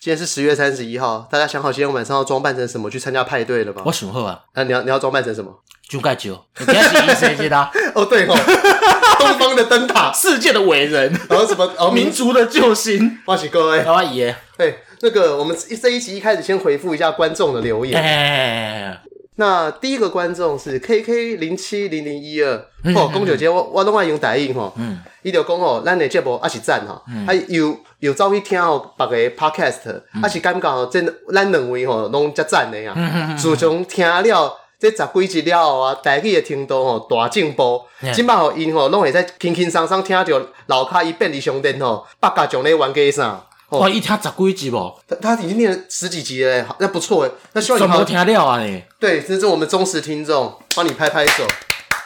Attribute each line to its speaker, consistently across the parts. Speaker 1: 今天是十月三十一号，大家想好今天晚上要装扮成什么去参加派对了吗？
Speaker 2: 我想好啊，
Speaker 1: 那、你要你要装扮成什么？
Speaker 2: 就盖酒，你今天是以谁接的啊？
Speaker 1: 哦，对哦， 东方的灯塔，
Speaker 2: 世界的伟人，
Speaker 1: 然后什么？哦，
Speaker 2: 民
Speaker 1: 民主，
Speaker 2: 族的救星，
Speaker 1: 恭喜各位！
Speaker 2: 老阿爷，
Speaker 1: 哎，那个我们这一集一开始先回复一下观众的留言。
Speaker 2: 哎，
Speaker 1: 那第一个观众是 KK 零七零零一二，哦，公九姐，我我拢爱用台语吼，嗯，伊就讲哦，咱的节目也是赞吼，啊有有走去听吼别个 podcast，啊是感觉吼，真咱两位吼拢遮赞的呀，自从听了。这十几集了后啊，台语的程度吼大进步，
Speaker 2: 嗯
Speaker 1: 即摆吼因吼拢会使轻轻松松听着楼骹伊便利商店吼，北甲将咧玩家啥，哦
Speaker 2: 我一听十几集无，
Speaker 1: 他他已经念了十几集了，好那不错诶，那希望你
Speaker 2: 全
Speaker 1: 好
Speaker 2: 部听了啊你，
Speaker 1: 对，这是我们忠实听众，帮你拍拍手。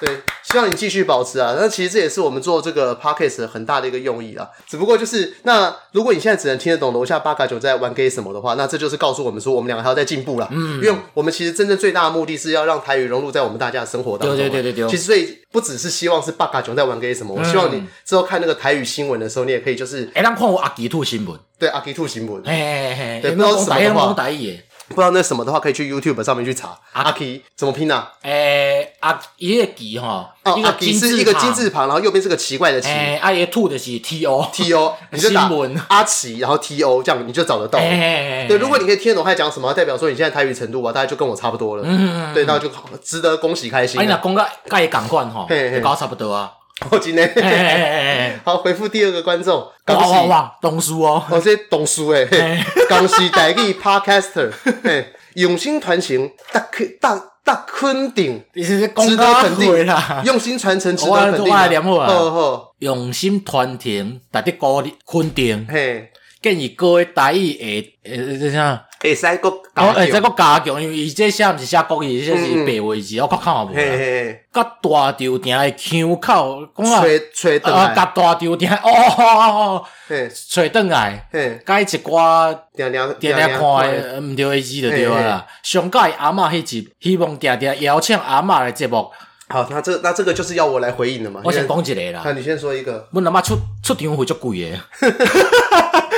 Speaker 1: 对，希望你继续保持啊。那其实这也是我们做这个 podcast 很大的一个用意啊。只不过就是，那如果你现在只能听得懂楼下八嘎九在玩 gay 什么的话，那这就是告诉我们说，我们两个还要再进步啦。嗯，因为我们其实真正最大的目的是要让台语融入在我们大家的生活当中啊。
Speaker 2: 对对对对嗯对
Speaker 1: 其实所以不只是希望是八嘎九在玩 gay 什么，我希望你之后看那个台语新闻的时候，你也可以就是
Speaker 2: 哎，咱看我阿吉兔新闻，哎
Speaker 1: 对阿吉兔新闻，
Speaker 2: 嘿嘿嘿，
Speaker 1: 对
Speaker 2: 有
Speaker 1: 不
Speaker 2: 没
Speaker 1: 知道
Speaker 2: 有
Speaker 1: 是
Speaker 2: 讲
Speaker 1: 什么的
Speaker 2: 台语？有没
Speaker 1: 话
Speaker 2: 有讲台语的？
Speaker 1: 不知道那什么的话，可以去 YouTube 上面去查
Speaker 2: 阿
Speaker 1: 阿吉怎么拼啊？
Speaker 2: 诶，哎阿伊个吉吼，
Speaker 1: 哦，
Speaker 2: 一
Speaker 1: 阿
Speaker 2: 个
Speaker 1: 吉
Speaker 2: 金
Speaker 1: 是
Speaker 2: 字
Speaker 1: 一个
Speaker 2: 塔哎啊
Speaker 1: 金，字旁，然后右边是个奇怪的奇。
Speaker 2: 诶，阿爷兔就是 T O
Speaker 1: T O，你就打
Speaker 2: 新闻
Speaker 1: 阿奇，然后 T O，这样你就找得到。
Speaker 2: 哎，
Speaker 1: 对，如果你可以听得懂他在讲什么，代表说你现在台语程度啊，大概就跟我差不多了。嗯，对，那就好值得恭喜开心
Speaker 2: 啊，你若
Speaker 1: 啊。
Speaker 2: 讲甲甲伊共款吼，
Speaker 1: 嘿嘿
Speaker 2: 就搞差不多啊。
Speaker 1: 我今天
Speaker 2: 嘿嘿嘿嘿
Speaker 1: 好回复第二个观众，
Speaker 2: 嘿，
Speaker 1: 恭
Speaker 2: 哇哇
Speaker 1: 喜，
Speaker 2: 哇，同事哦，
Speaker 1: 我是董叔哎
Speaker 2: 哎，
Speaker 1: 恭喜台语 Podcaster，嘿用心传情，大肯大大肯定，
Speaker 2: 你 是
Speaker 1: 值
Speaker 2: 讲
Speaker 1: 得
Speaker 2: 到
Speaker 1: 肯
Speaker 2: 会
Speaker 1: 定
Speaker 2: 啦，
Speaker 1: 用心传承，值得
Speaker 2: 我来
Speaker 1: 肯定
Speaker 2: 我
Speaker 1: 啊。
Speaker 2: 来念好啊
Speaker 1: 好好，
Speaker 2: 用心团停，值得鼓励肯定，
Speaker 1: 嘿，
Speaker 2: 建议各位台语会诶，这啥？
Speaker 1: 会使个
Speaker 2: 哦，诶，再个加强，因为伊这写毋是写国语，这是白话字，我较看无
Speaker 1: 嗯嘿
Speaker 2: 啦。
Speaker 1: 嘿，
Speaker 2: 啊甲大稻埕的腔口，讲啊，
Speaker 1: 吹吹灯
Speaker 2: 啊，
Speaker 1: 来，
Speaker 2: 甲大稻埕，哦哦哦哦，
Speaker 1: 嘿
Speaker 2: 吹转来，
Speaker 1: 嘿。
Speaker 2: 改一寡
Speaker 1: 定定
Speaker 2: 定定看的毋对的字就对啊啦。上届阿嬷迄集，希望定定邀请阿嬷的节目，
Speaker 1: 好，那这那这个就是要我来回应的嘛。
Speaker 2: 我想
Speaker 1: 因为，
Speaker 2: 讲一个啦
Speaker 1: 好，。你先说一个。
Speaker 2: 阮阿嬷出出场费足贵诶，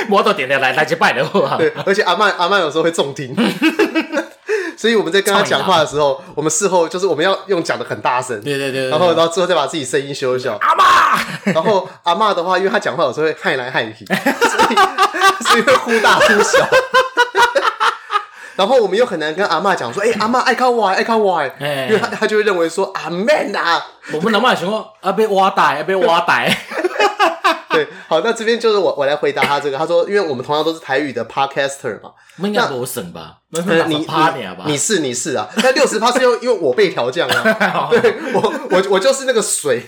Speaker 2: 我都定定来来一摆就好啊。
Speaker 1: 对，而且阿曼阿曼有时候会重 听，所以我们在跟他讲话的时候，我们事后就是我们要用讲的很大声，
Speaker 2: 啊对对对对，
Speaker 1: 然后然后之后再把自己声音修一修。
Speaker 2: 阿嬷，
Speaker 1: 然后阿嬷的话，因为她讲话有时候会害来害去，所以所以会忽大忽小。 然后我们又很难跟阿嬷讲说，哎、阿嬷爱看我，爱看我，
Speaker 2: 哎
Speaker 1: 因为她她就会认为说阿 man 啊，
Speaker 2: 我们阿嬷想讲啊，要挖大，要挖大，
Speaker 1: 对，好，那这边就是我我来回答他这个。他说，因为我们同样都是台语的 podcaster 嘛，
Speaker 2: 我们应该无算吧？我
Speaker 1: 呃
Speaker 2: 们
Speaker 1: 你
Speaker 2: 趴点吧
Speaker 1: 你？你是你是啊，但六十趴是因为因为我被调降啊，对我我我就是那个水，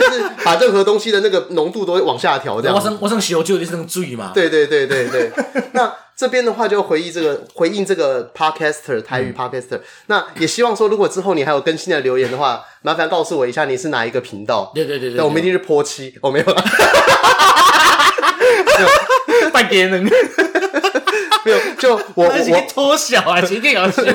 Speaker 1: 就是把任何东西的那个浓度都会往下调这
Speaker 2: 我
Speaker 1: 样。
Speaker 2: 算我算烧酒，你算水嘛？
Speaker 1: 对对对对对，那这边的话就回忆这个 回应这个 podcaster 台
Speaker 2: 嗯
Speaker 1: 语 podcaster，、那也希望说如果之后你还有更新的留言的话，麻烦告诉我一下你是哪一个频道。
Speaker 2: 对对对对，
Speaker 1: 那我们一定是泼漆，我、没有啦。
Speaker 2: 拜给人，
Speaker 1: 没有，就我
Speaker 2: 那是
Speaker 1: 我
Speaker 2: 去偷笑啊，是去搞笑的。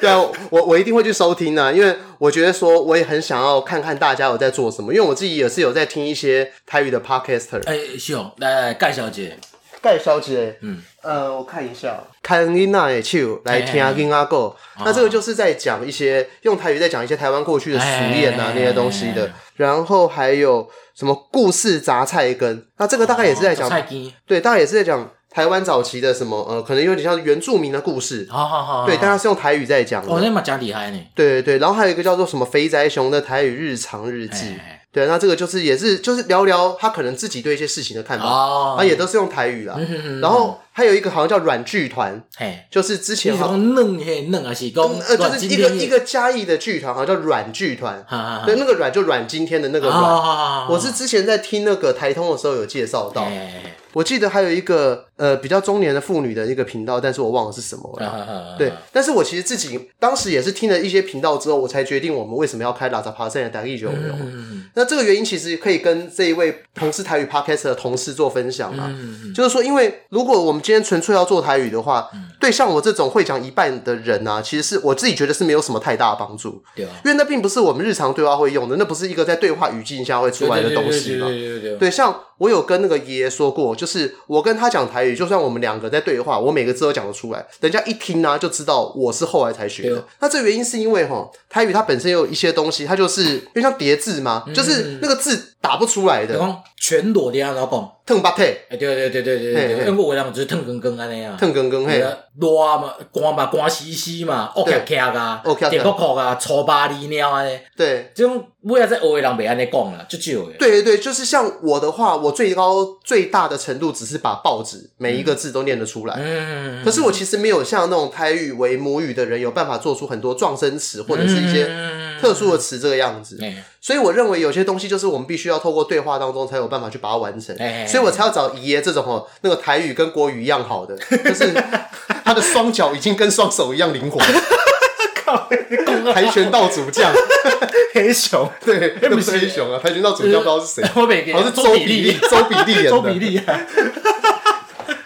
Speaker 1: 对啊，我我一定会去收听啊，因为我觉得说我也很想要看看大家有在做什么，因为我自己也是有在听一些台语的 podcaster。
Speaker 2: 哎，秀，来盖小姐，
Speaker 1: 盖小姐，
Speaker 2: 嗯，
Speaker 1: 呃，我看一下，看囡仔的手来听囡仔歌，
Speaker 2: 啊
Speaker 1: 那这个就是在讲一些用台语在讲一些台湾过去的俗谚啊
Speaker 2: 哎
Speaker 1: 那些东西的，然后还有什么故事杂菜根，那这个大概也是在讲，
Speaker 2: 哦菜鸡，
Speaker 1: 对，大概也是在讲台湾早期的什么呃，可能有点像原住民的故事，
Speaker 2: 好好好，
Speaker 1: 对，但它是用台语在讲的。
Speaker 2: 哦哦，那嘛真厉害呢。
Speaker 1: 对对对，然后还有一个叫做什么“肥宅熊”的台语日常日记，
Speaker 2: 哎
Speaker 1: 对，那这个就是也是就是聊聊他可能自己对一些事情的看法，
Speaker 2: 哦
Speaker 1: 啊，，也都是用台语啦。
Speaker 2: 嗯
Speaker 1: 然后还有一个好像叫软剧团，
Speaker 2: 嘿，
Speaker 1: 就是之
Speaker 2: 你
Speaker 1: 前
Speaker 2: 是
Speaker 1: 好像
Speaker 2: 讲嫩嘿嫩，还是讲
Speaker 1: 呃就是一个一
Speaker 2: 个，
Speaker 1: 个嘉义的剧团，好像叫软剧团，
Speaker 2: 哈哈哈
Speaker 1: 对，那个软就软今天的那个软。
Speaker 2: 啊，
Speaker 1: 我是之前在听那个台通的时候有介绍到，
Speaker 2: 哎，
Speaker 1: 我记得还有一个呃比较中年的妇女的一个频道，但是我忘了是什么
Speaker 2: 啊
Speaker 1: 了。对，但是我其实自己当时也是听了一些频道之后，我才决定我们为什么要开拉扎帕森的台语九流。
Speaker 2: 嗯
Speaker 1: 那这个原因其实可以跟这一位同是台语 podcast 的同事做分享啦。啊
Speaker 2: 嗯，
Speaker 1: 就是说，因为如果我们今天纯粹要做台语的话，对像我这种会讲一半的人啊，其实是我自己觉得是没有什么太大的帮助，
Speaker 2: 对啊，
Speaker 1: 因为那并不是我们日常对话会用的，那不是一个在对话语境下会出来的东西嘛。
Speaker 2: 对对对对，
Speaker 1: 对，像我有跟那个爷爷说过，就是我跟他讲台语，就算我们两个在对话，我每个字都讲得出来，人家一听呢、就知道我是后来才学
Speaker 2: 对
Speaker 1: 的。那这原因是因为哈，台语它本身有一些东西，它就是因为像叠字嘛，就是那个字打不出来
Speaker 2: 就
Speaker 1: 的，
Speaker 2: 讲全裸的啊，老讲，
Speaker 1: 腾巴配、
Speaker 2: 哎，对对对对对
Speaker 1: 嘿
Speaker 2: 对，
Speaker 1: 嘿
Speaker 2: 英国话人就是腾根根安尼啊，
Speaker 1: 腾根根嘿，
Speaker 2: 热嘛，干嘛干死死嘛，恶夹夹啊
Speaker 1: 恶，夹夹
Speaker 2: 电酷酷啊，粗巴里鸟安尼，
Speaker 1: 对。
Speaker 2: 这种尾仔在学的人袂安尼讲啦，就少诶。
Speaker 1: 对对对，就是像我的话，我最高最大的程度只是把报纸每一个字都念得出来，
Speaker 2: 嗯，
Speaker 1: 可是我其实没有像那种台语为母语的人有办法做出很多撞声词或者是一些
Speaker 2: 些
Speaker 1: 特殊的词这个样子，
Speaker 2: 哎
Speaker 1: 所以我认为有些东西就是我们必须要透过对话当中才有办法去把它完成
Speaker 2: 哎哎哎，
Speaker 1: 所以我才要找爷爷这种哦，那个台语跟国语一样好的，就是他的双脚已经跟双手一样灵 活，跆拳道主将，
Speaker 2: 黑熊，
Speaker 1: 对，那不是黑熊啊，跆拳道主将不知道是谁，
Speaker 2: 我袂记
Speaker 1: 好像
Speaker 2: 得
Speaker 1: 是周比利，周比利演的，
Speaker 2: 周比利啊，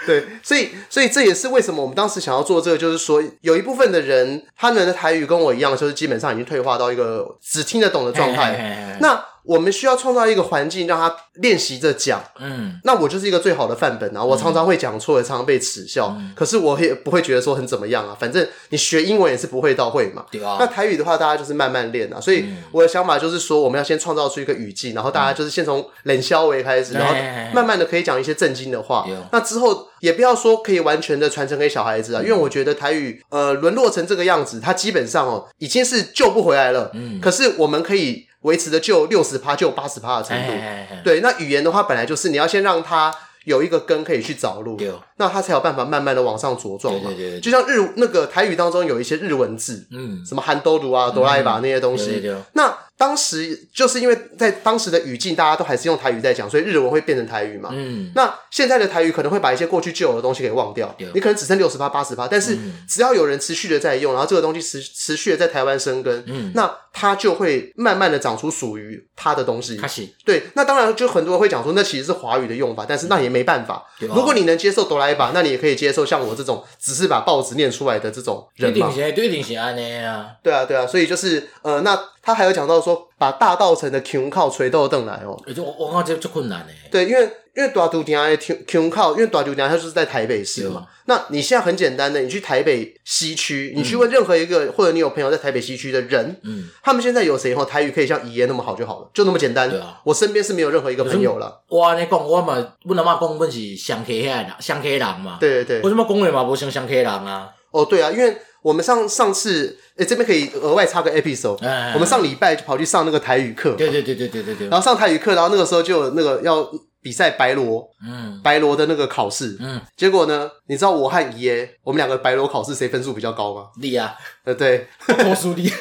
Speaker 1: 对，所以所以这也是为什么我们当时想要做这个，就是说有一部分的人，他们的台语跟我一样，就是基本上已经退化到一个只听得懂的状态。
Speaker 2: 态
Speaker 1: 那我们需要创造一个环境，让他练习着讲。
Speaker 2: 嗯，
Speaker 1: 那我就是一个最好的范本啊！我常常会讲错，也常常被耻笑，可是我也不会觉得说很怎么样啊。反正你学英文也是不会到会嘛。
Speaker 2: 对
Speaker 1: 那
Speaker 2: 啊，
Speaker 1: 台语的话，大家就是慢慢练啊。所
Speaker 2: 嗯
Speaker 1: 以我的想法就是说，我们要先创造出一个语境，然后大家就是先从冷笑为开始，
Speaker 2: 嗯
Speaker 1: 然后
Speaker 2: 哎
Speaker 1: 慢慢的可以讲一些正经的话
Speaker 2: 对。
Speaker 1: 那之后也不要说可以完全的传承给小孩子啊，
Speaker 2: 嗯
Speaker 1: 因为我觉得台语呃沦落成这个样子，它基本上哦已经是救不回来了。
Speaker 2: 嗯
Speaker 1: 可是我们可以维持的就六十趴，就八十趴的程度。
Speaker 2: 哎，
Speaker 1: 对，那语言的话，本来就是你要先让它有一个根可以去找路
Speaker 2: 对，
Speaker 1: 那它才有办法慢慢的往上茁壮嘛
Speaker 2: 对对对对。
Speaker 1: 就像日那个台语当中有一些日文字，
Speaker 2: 嗯，
Speaker 1: 什么韩都鲁啊、哆啦 A 吧那些东
Speaker 2: 对对
Speaker 1: 西。
Speaker 2: 对
Speaker 1: 那当时就是因为在当时的语境，大家都还是用台语在讲，所以日文会变成台语嘛。
Speaker 2: 嗯，
Speaker 1: 那现在的台语可能会把一些过去旧有的东西给忘掉
Speaker 2: 对，嗯
Speaker 1: 你可能只剩六十八、八十八，但是只要有人持续的在用，然后这个东西持持续的在台湾生根，
Speaker 2: 嗯
Speaker 1: 那它就会慢慢的长出属于它的东西
Speaker 2: 确。实，
Speaker 1: 对，那当然就很多人会讲说，那其实是华语的用法，但是那也没办法。
Speaker 2: 对啊
Speaker 1: 如果你能接受哆啦 A 吧，那你也可以接受像我这种只是把报纸念出来的这种人
Speaker 2: 一
Speaker 1: 嘛。
Speaker 2: 定是，对一定是安尼啊，
Speaker 1: 对啊，对啊，所以就是呃，那他还有讲到说，把大道城的穷靠锤豆凳来哦，
Speaker 2: 而且我我感觉这困难诶，
Speaker 1: 对，因为因为大都顶的穷穷靠，因为大都顶它就是在台北市嘛。那你现在很简单的，你去台北西区，你去问任何一个、或者你有朋友在台北西区的人，
Speaker 2: 嗯，
Speaker 1: 他们现在有谁吼台语可以像爷爷那么好就好了，就那么简单。
Speaker 2: 对啊
Speaker 1: 我身边是没有任何一个朋友了。
Speaker 2: 我安尼讲，我嘛，阮阿嬷讲，阮是上客遐人，上客人嘛，
Speaker 1: 对对
Speaker 2: 我
Speaker 1: 对，
Speaker 2: 怎么讲话嘛无像上客人啊？
Speaker 1: 哦对啊，因为我们上上次，诶这边可以额外插个 episode，、
Speaker 2: 哎
Speaker 1: 我们上礼拜就跑去上那个台语课，
Speaker 2: 对啊对对对对对对，
Speaker 1: 然后上台语课，然后那个时候就有那个要比赛白罗
Speaker 2: 嗯
Speaker 1: 白罗的那个考试，
Speaker 2: 嗯，
Speaker 1: 结果呢，你知道我和爷爷我们两个白罗考试谁分数比较高吗？
Speaker 2: 你 啊，
Speaker 1: 呃，对，
Speaker 2: 我告诉你，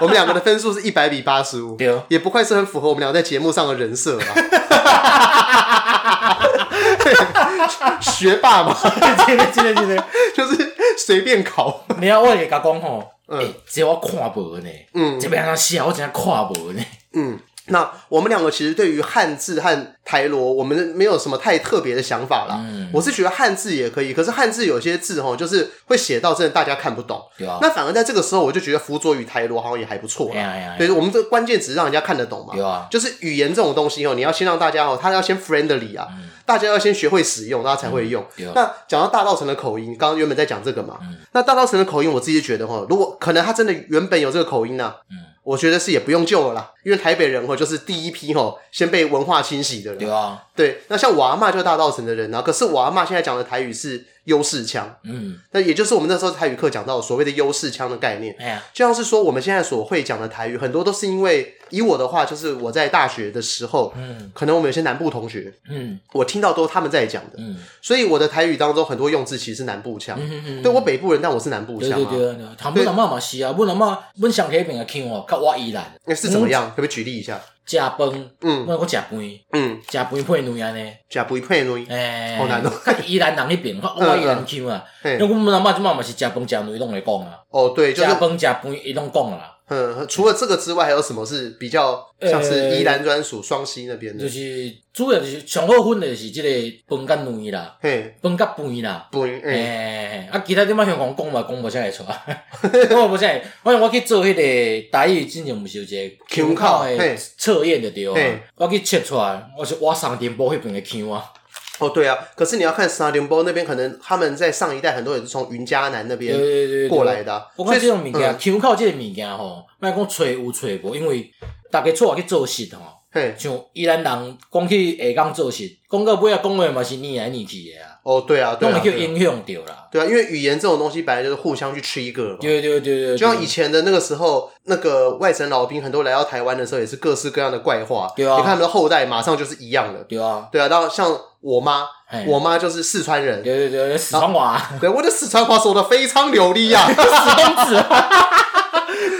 Speaker 1: 我们两个的分数是一百比八十五，
Speaker 2: 对
Speaker 1: 也不愧是很符合我们俩在节目上的人设吧。 学霸嘛，
Speaker 2: 真的真的真的，
Speaker 1: 就是随便考。
Speaker 2: 你啊，我会甲讲吼，
Speaker 1: 嗯
Speaker 2: 诶，这我看无呢，
Speaker 1: 嗯
Speaker 2: 这边安怎啊写，我真的看无呢，
Speaker 1: 嗯，那我们两个其实对于汉字和台罗，我们没有什么太特别的想法啦。
Speaker 2: 嗯
Speaker 1: 我是觉得汉字也可以，可是汉字有些字哦，就是会写到真的大家看不懂。
Speaker 2: 对啊，
Speaker 1: 那反而在这个时候，我就觉得辅佐与台罗好像也还不错
Speaker 2: 哎呀
Speaker 1: 啦。
Speaker 2: 哎呀，
Speaker 1: 对，我们这个关键词让人家看得懂嘛。
Speaker 2: 对啊，
Speaker 1: 就是语言这种东西哦，你要先让大家哦，他要先 friendly 啊，
Speaker 2: 嗯
Speaker 1: 大家要先学会使用，大家才会用。
Speaker 2: 对
Speaker 1: 那讲到大道城的口音，刚刚原本在讲这个嘛，
Speaker 2: 嗯
Speaker 1: 那大道城的口音，我自己觉得哦，如果可能他真的原本有这个口音呢、
Speaker 2: 嗯
Speaker 1: 我觉得是也不用救了啦，因为台北人哦，就是第一批哦，先被文化清洗的人。
Speaker 2: 对啊，
Speaker 1: 对，那像我阿嬷就是大道城的人啊，可是我阿嬷现在讲的台语是优势腔，
Speaker 2: 嗯，
Speaker 1: 那也就是我们那时候台语课讲到的所谓的优势腔的概念。
Speaker 2: 哎呀，
Speaker 1: 就像是说我们现在所会讲的台语，很多都是因为以我的话，就是我在大学的时候，
Speaker 2: 嗯
Speaker 1: 可能我们有些南部同学，
Speaker 2: 嗯
Speaker 1: 我听到都是他们在讲的，
Speaker 2: 嗯
Speaker 1: 所以我的台语当中很多用字其实是南部腔。
Speaker 2: 嗯嗯，
Speaker 1: 对我北部人，但我是南部
Speaker 2: 对
Speaker 1: 腔
Speaker 2: 对
Speaker 1: 啊，
Speaker 2: 对对，他阮阿嬷嘛是啊，阮阿嬷阮上客边个腔哦，甲我依然
Speaker 1: 那是怎么样？可不可以举例一下？
Speaker 2: 食饭，阮
Speaker 1: 嗯
Speaker 2: 我食饭。
Speaker 1: 嗯，
Speaker 2: 食饭配卵安尼，
Speaker 1: 假不配呢？
Speaker 2: 诶、
Speaker 1: 好难哦
Speaker 2: 较宜兰人迄边，我我宜兰腔啊，
Speaker 1: 嘿
Speaker 2: 因为阮阿嬷即满嘛是食饭食卵拢会讲啊，
Speaker 1: 哦，对，就
Speaker 2: 食
Speaker 1: 是
Speaker 2: 饭食饭伊拢讲啊，
Speaker 1: 嗯，除了这个之外，还有什么是比较像是宜兰专属双溪那边的
Speaker 2: 就？是主要就是上好分的就是即个饭甲卵啦，
Speaker 1: 嘿，
Speaker 2: 饭甲饭啦。
Speaker 1: 不，哎，
Speaker 2: 诶、啊，其他点仔香港讲嘛，讲无啥会出啊， 我无啥会。我我去做迄个台语之前，毋是有一个
Speaker 1: 腔口
Speaker 2: 的
Speaker 1: 嘿
Speaker 2: 测验就对啊
Speaker 1: 嘿。
Speaker 2: 我去测出来，我是我上电波迄边的腔啊。
Speaker 1: 哦，对啊，可是你要看沙丁波那边，可能他们在上一代很多人是从云嘉南那
Speaker 2: 对对
Speaker 1: 边
Speaker 2: 对对，
Speaker 1: 过来的啊，
Speaker 2: 我看即
Speaker 1: 所以
Speaker 2: 种物件，腔口即个物件吼，莫讲揣有揣无，因为逐个出来去做事吼，
Speaker 1: 嘿，
Speaker 2: 像伊咱人讲去下港做事，讲到尾啊讲话嘛是念来念去的啊，
Speaker 1: 哦，对啊，对
Speaker 2: 拢
Speaker 1: 啊，
Speaker 2: 会叫
Speaker 1: 对啊
Speaker 2: 影响着啦。
Speaker 1: 对啊，因为语言这种东西本来就是互相去 trigger 嘛。
Speaker 2: 对对对对，对
Speaker 1: 就像以前的那个时候，那个外省老兵很多来到台湾的时候，也是各式各样的怪话。
Speaker 2: 对
Speaker 1: 你
Speaker 2: 啊
Speaker 1: 看他们的后代马上就是一样的。
Speaker 2: 对啊，
Speaker 1: 对啊，然后像我妈，
Speaker 2: 嘿
Speaker 1: 我妈就是四川人，
Speaker 2: 哎对对对，四川话啊。
Speaker 1: 对，我的四川话说的非常流利 啊。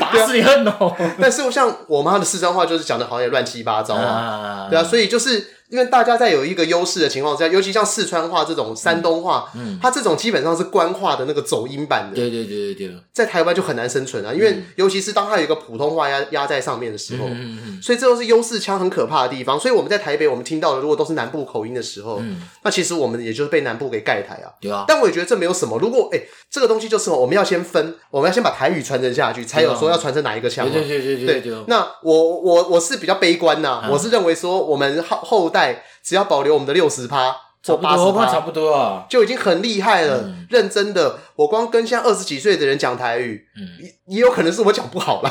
Speaker 2: 打死你恨哦！
Speaker 1: 但是像我妈的四川话就是讲的好像也乱七八糟啊。
Speaker 2: 啊
Speaker 1: 对啊，所以就是因为大家在有一个优势的情况之下，尤其像四川话这种山东话，它这种基本上是官话的那个走音版的，
Speaker 2: 嗯对对对对对，
Speaker 1: 在台湾就很难生存啊。因为尤其是当它有一个普通话压压在上面的时候，
Speaker 2: 嗯嗯，
Speaker 1: 所以这都是优势腔很可怕的地方。所以我们在台北，我们听到的如果都是南部口音的时候，
Speaker 2: 嗯
Speaker 1: 那其实我们也就是被南部给盖台啊。
Speaker 2: 对啊，
Speaker 1: 但我也觉得这没有什么。如果哎、这个东西就是我们要先分，我们要先把台语传承下去，才有说要传承哪一个腔
Speaker 2: 对啊
Speaker 1: 嘛。
Speaker 2: 对对对对啊对，
Speaker 1: 那我我我是比较悲观呐、我是认为说我们后后代只要保留我们的六十趴
Speaker 2: 差
Speaker 1: 或
Speaker 2: 不
Speaker 1: 八
Speaker 2: 多，
Speaker 1: 十
Speaker 2: 我看差
Speaker 1: 趴，
Speaker 2: 不多嗯啊。
Speaker 1: 就已经很厉害了。认真的，我光跟现在二十几岁的人讲台语，
Speaker 2: 嗯
Speaker 1: 也也有可能是我讲不好 了。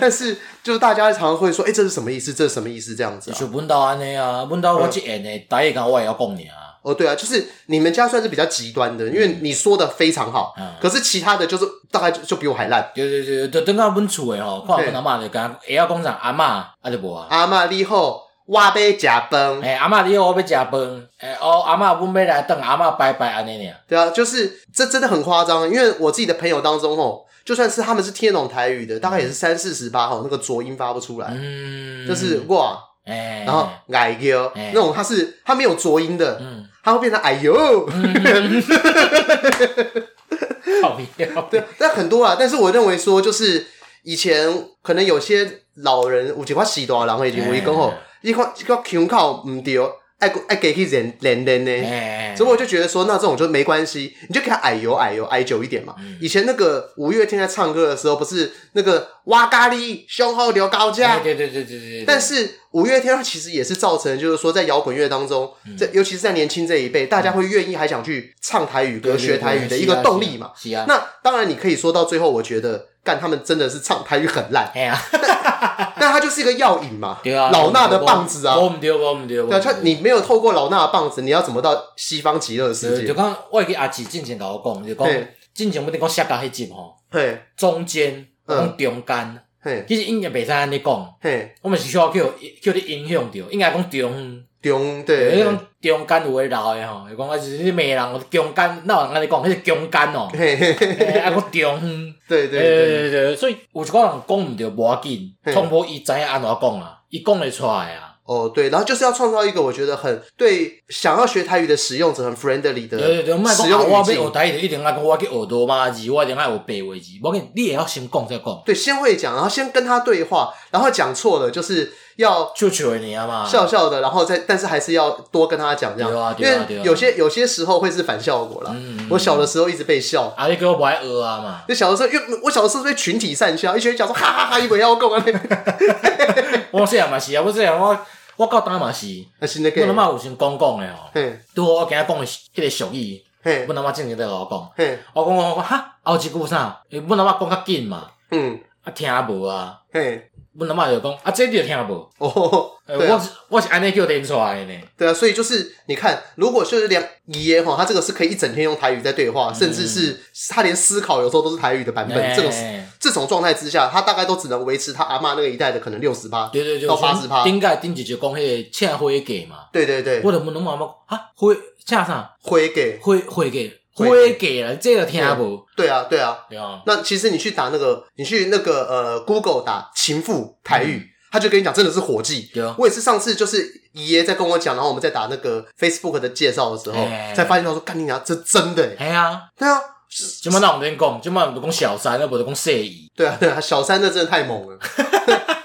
Speaker 1: 但是就是大家常常会说，哎、这是什么意思？这是什么意思？这样子啊？
Speaker 2: 就本岛安尼啊，本岛我去演的，台语讲我也要讲你啊。
Speaker 1: 哦，对啊，就是你们家算是比较极端的，因为你说的非常好，
Speaker 2: 嗯
Speaker 1: 可是其他的就是大概就就比我还烂。
Speaker 2: 对对对，就等到阮厝的吼，看阮阿嬷就讲，会晓讲啥阿嬷啊就无啊。
Speaker 1: 阿妈你好，我被假崩。
Speaker 2: 诶，阿嬷你好，我要食饭。诶，哦，阿嬷阮要来等阿嬷拜拜安尼尔。
Speaker 1: 对啊，就是这真的很夸张，因为我自己的朋友当中吼，就算是他们是听得懂台语的，大概也是三四十八吼，那个浊音发不出来，
Speaker 2: 嗯，哎
Speaker 1: 就是哇，
Speaker 2: 诶，
Speaker 1: 然后矮哟
Speaker 2: 哎
Speaker 1: 那种，他是他没有浊音的，
Speaker 2: 嗯，
Speaker 1: 他会变成哎呦，
Speaker 2: 讨厌。
Speaker 1: 对， 但很多啊。但是我认为说，就是以前可能有些老人有一块死大人的认为讲吼
Speaker 2: 哎，
Speaker 1: 一块一块腔口唔对，爱爱给去练练练呢。
Speaker 2: 哎诶，
Speaker 1: 所以我就觉得说，那这种就没关系，你就给他矮油矮油矮久一点嘛。
Speaker 2: 嗯
Speaker 1: 以前那个五月天在唱歌的时候，不是那个哇咖喱胸后留高架，
Speaker 2: 哎对对对对对，
Speaker 1: 但是五月天其实也是造成，就是说在摇滚乐当中，
Speaker 2: 嗯
Speaker 1: 这尤其是在年轻这一辈，大家会愿意还想去唱台语歌、学台语的一个动力嘛。，
Speaker 2: 是啊。
Speaker 1: 那当然，你可以说到最后，我觉得干他们真的是唱台语很烂，
Speaker 2: 哎呀，
Speaker 1: 但它就是一个药引嘛
Speaker 2: 对啊，，
Speaker 1: 啊老衲的棒子啊
Speaker 2: 我。毋对，我毋对，我
Speaker 1: 对啊，
Speaker 2: 毋
Speaker 1: 就
Speaker 2: 对。
Speaker 1: 你没有透过老衲的棒子，你要怎么到西方极乐世
Speaker 2: 就就
Speaker 1: 界？
Speaker 2: 讲，我会记阿姊进前甲我讲，就讲
Speaker 1: 嘿
Speaker 2: 进前我哋讲写到迄集吼，
Speaker 1: 嘿，
Speaker 2: 中间
Speaker 1: 嗯
Speaker 2: 讲中间，
Speaker 1: 嘿，
Speaker 2: 其实因也袂使安尼讲，
Speaker 1: 嘿，
Speaker 2: 我们是需要叫叫你影响着，应该讲中，
Speaker 1: 中
Speaker 2: 就是
Speaker 1: 对，，
Speaker 2: 讲中间有诶老诶吼，就讲啊就是你骂人中间，哪有人安尼讲，迄是中间哦
Speaker 1: 嘿嘿嘿，
Speaker 2: 嘿啊讲中，
Speaker 1: 对对
Speaker 2: 对
Speaker 1: 对，
Speaker 2: 对对，所以有一个人讲毋对无要紧，
Speaker 1: 嘿
Speaker 2: 通无伊知影安怎讲啊，伊讲会出来啊，
Speaker 1: 哦对，然后就是要创造一个我觉得很对想要学台语的使用者很 friendly
Speaker 2: 对对
Speaker 1: 的
Speaker 2: 对，莫
Speaker 1: 使
Speaker 2: 讲啊
Speaker 1: 用
Speaker 2: 我要
Speaker 1: 语
Speaker 2: 学
Speaker 1: 境，
Speaker 2: 台语，就一定爱讲我去学罗马字，我一定爱学白话字，无要紧，你会晓先讲再讲。
Speaker 1: 对，先会讲，然后先跟他对话，然后讲错了就是要
Speaker 2: 就求的你啊嘛，
Speaker 1: 笑笑的，然后再但是还是要多跟他讲这
Speaker 2: 对
Speaker 1: 样，
Speaker 2: 啊
Speaker 1: 因
Speaker 2: 对啊对
Speaker 1: 为
Speaker 2: 啊
Speaker 1: 有些有些时候会是反效果啦
Speaker 2: 嗯嗯嗯。
Speaker 1: 我小的时候一直被笑。
Speaker 2: 啊，你给我不爱学啊 嘛，
Speaker 1: 就小的时候，因为我小的时候被群体善笑，一群人讲说哈哈哈，一鬼要供啊，
Speaker 2: 我细汉嘛是啊，我细汉我我到大嘛是，
Speaker 1: 那是那
Speaker 2: 我阿
Speaker 1: 个，
Speaker 2: 妈有先讲讲的吼，哦
Speaker 1: 嘿，
Speaker 2: 拄好我今仔讲的是迄个俗语，
Speaker 1: 嘿，
Speaker 2: 阮阿妈正经在甲我讲，
Speaker 1: 嘿，
Speaker 2: 我讲我讲哈，后一句啥？阮阿妈讲较紧嘛，
Speaker 1: 嗯，
Speaker 2: 啊听无啊，
Speaker 1: 嘿，
Speaker 2: 阮阿妈就讲啊这你就听无，
Speaker 1: 哦，
Speaker 2: 呃
Speaker 1: 对啊
Speaker 2: 我是我是安尼叫练出来的呢，
Speaker 1: 对啊，所以就是你看，如果就是两爷爷哈，他这个是可以一整天用台语在对话，甚至是他连思考有时候都是台语的版本。
Speaker 2: 嗯哎
Speaker 1: 这种这种状态之下，他大概都只能维持他阿妈那个一代的可能六十八。
Speaker 2: 对对对，
Speaker 1: 到80%
Speaker 2: 像顶届顶一就讲迄个请花嫁嘛，
Speaker 1: 对对对，
Speaker 2: 我就问阮妈妈讲哈花请啥？
Speaker 1: 回给
Speaker 2: 花花嫁花
Speaker 1: 花
Speaker 2: 嫁啦，这就听无，
Speaker 1: 对啊对啊。
Speaker 2: 对啊，
Speaker 1: 那其实你去打那个，你去那个呃 Google 打情妇台
Speaker 2: 嗯
Speaker 1: 语，他就跟你讲真的是火计。
Speaker 2: 对啊。
Speaker 1: 我也是上次就是爷爷在跟我讲，然后我们在打那个 Facebook 的介绍的时候，
Speaker 2: 哎
Speaker 1: 才发现他说干你娘，这真的欸、
Speaker 2: 哎呀，
Speaker 1: 对啊，
Speaker 2: 即摆哪有免讲，即摆毋是讲小三，那无就讲谢姨。
Speaker 1: 对啊，对啊，小三那真的太猛 了，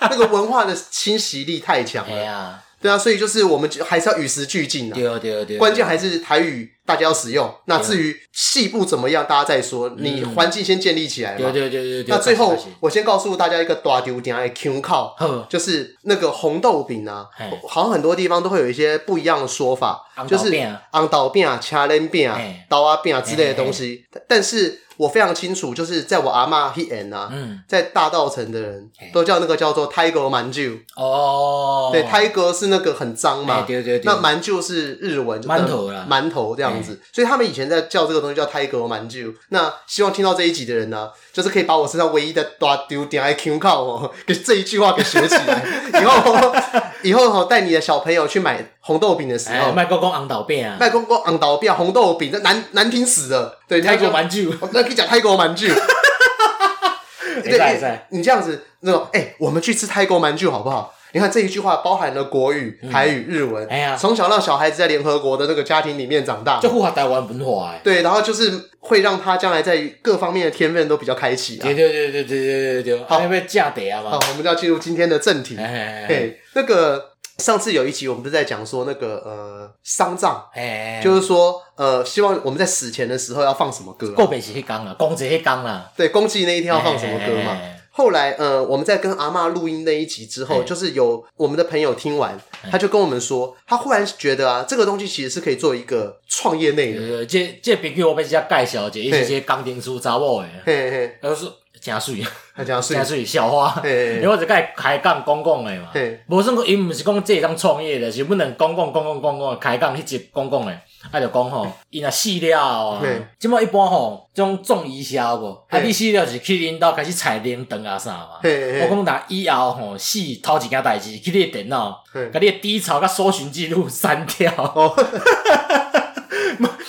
Speaker 1: 那个文化的侵袭力太强
Speaker 2: 哎
Speaker 1: 了。
Speaker 2: 呀，
Speaker 1: 对啊，所以就是我们就还是要与时俱进啊。
Speaker 2: 对对对，啊
Speaker 1: 关键还是台语大家要使用。那至于细部怎么样，大家再说。你环境先建立起来
Speaker 2: 嗯对
Speaker 1: 嘛。
Speaker 2: 对对对对。
Speaker 1: 那最
Speaker 2: 确
Speaker 1: 后
Speaker 2: 实确实
Speaker 1: 我先告诉大家一个大丢点的 Q 靠，
Speaker 2: 好，
Speaker 1: 就是那个红豆饼啊
Speaker 2: 嘿，
Speaker 1: 好像很多地方都会有一些不一样的说法
Speaker 2: 哎红，豆
Speaker 1: 就是
Speaker 2: 饼哎啊
Speaker 1: 昂豆饼啊、掐len饼啊
Speaker 2: 嘿、
Speaker 1: 刀啊饼啊之类的东西。
Speaker 2: 哎
Speaker 1: 但是我非常清楚，就是在我阿妈 h e 啊，
Speaker 2: 嗯，
Speaker 1: 在大道城的人
Speaker 2: 嘿
Speaker 1: 都叫那个叫做 Tiger 蛮旧，
Speaker 2: 哎哦，
Speaker 1: 对，Tiger 是那个很脏嘛
Speaker 2: 哎，对对对
Speaker 1: 那蛮旧是日文呃
Speaker 2: 馒头啦哎
Speaker 1: 馒头这样子，所以他们以前在叫这个东西叫 Tiger 蛮旧。那希望听到这一集的人呢、就是可以把我身上唯一的大丢点 I Q 靠哦， 给这一句话给学起 来，以后以后哦带你的小朋友去买红豆饼的时
Speaker 2: 哎，
Speaker 1: 候，
Speaker 2: 卖国讲红豆饼啊，
Speaker 1: 卖公公昂倒标红豆饼，那难难听死了，对，
Speaker 2: 泰国
Speaker 1: 蛮，
Speaker 2: 蛮久，
Speaker 1: 那可以讲泰国蛮剧。
Speaker 2: 会使会使，
Speaker 1: 你这样子，那种哎、我们去吃泰国鳗具好不好？你看这一句话包含了国语、台语、日文，
Speaker 2: 哎呀
Speaker 1: 从小让小孩子在联合国的那个家庭里面长大，
Speaker 2: 就符合台湾文化诶。
Speaker 1: 对，然后就是会让他将来在各方面的天分都比较开启、啊
Speaker 2: 对。对对对对对对对，
Speaker 1: 好
Speaker 2: 安尼要正地啊
Speaker 1: 好
Speaker 2: 嘛，，
Speaker 1: 我们就要进入今天的正题。
Speaker 2: 哎哎哎
Speaker 1: 嘿，那个上次有一集我们不是在讲说那个呃丧葬，
Speaker 2: 哎，哎
Speaker 1: 就是说呃希望我们在死前的时候要放什么歌啊、
Speaker 2: 告别是迄工啦，讲是迄工啦，
Speaker 1: 对，公祭那一天要放什么歌嘛？
Speaker 2: 哎哎哎
Speaker 1: 后来，呃，我们在跟阿嬷录音那一集之后，
Speaker 2: 哎
Speaker 1: 就是有我们的朋友听完，他就跟我们说，他忽然觉得啊，这个东西其实是可以做一个创业内容。
Speaker 2: 呃，这这朋友我要遮介绍者，伊是一个工程师查某诶，
Speaker 1: 嘿嘿，
Speaker 2: 他说真水，
Speaker 1: 他讲是
Speaker 2: 真，水小花，
Speaker 1: 嘿
Speaker 2: 因为我就甲伊开讲讲讲诶嘛
Speaker 1: 嘿，
Speaker 2: 无算讲伊毋是讲这当创业的，是不能讲讲讲讲讲讲开讲迄集讲讲诶。啊，就讲吼，伊若死了后啊
Speaker 1: 嘿，
Speaker 2: 即摆一般吼，种种医销无，啊，
Speaker 1: 嘿
Speaker 2: 你死了是去因兜开始采铃铛啊啥嘛。
Speaker 1: 嘿
Speaker 2: 我
Speaker 1: 嘿
Speaker 2: 讲若以后吼，死头一件代志，去你的电脑，
Speaker 1: 嘿，
Speaker 2: 甲你的低潮甲搜寻记录删掉，
Speaker 1: 哦，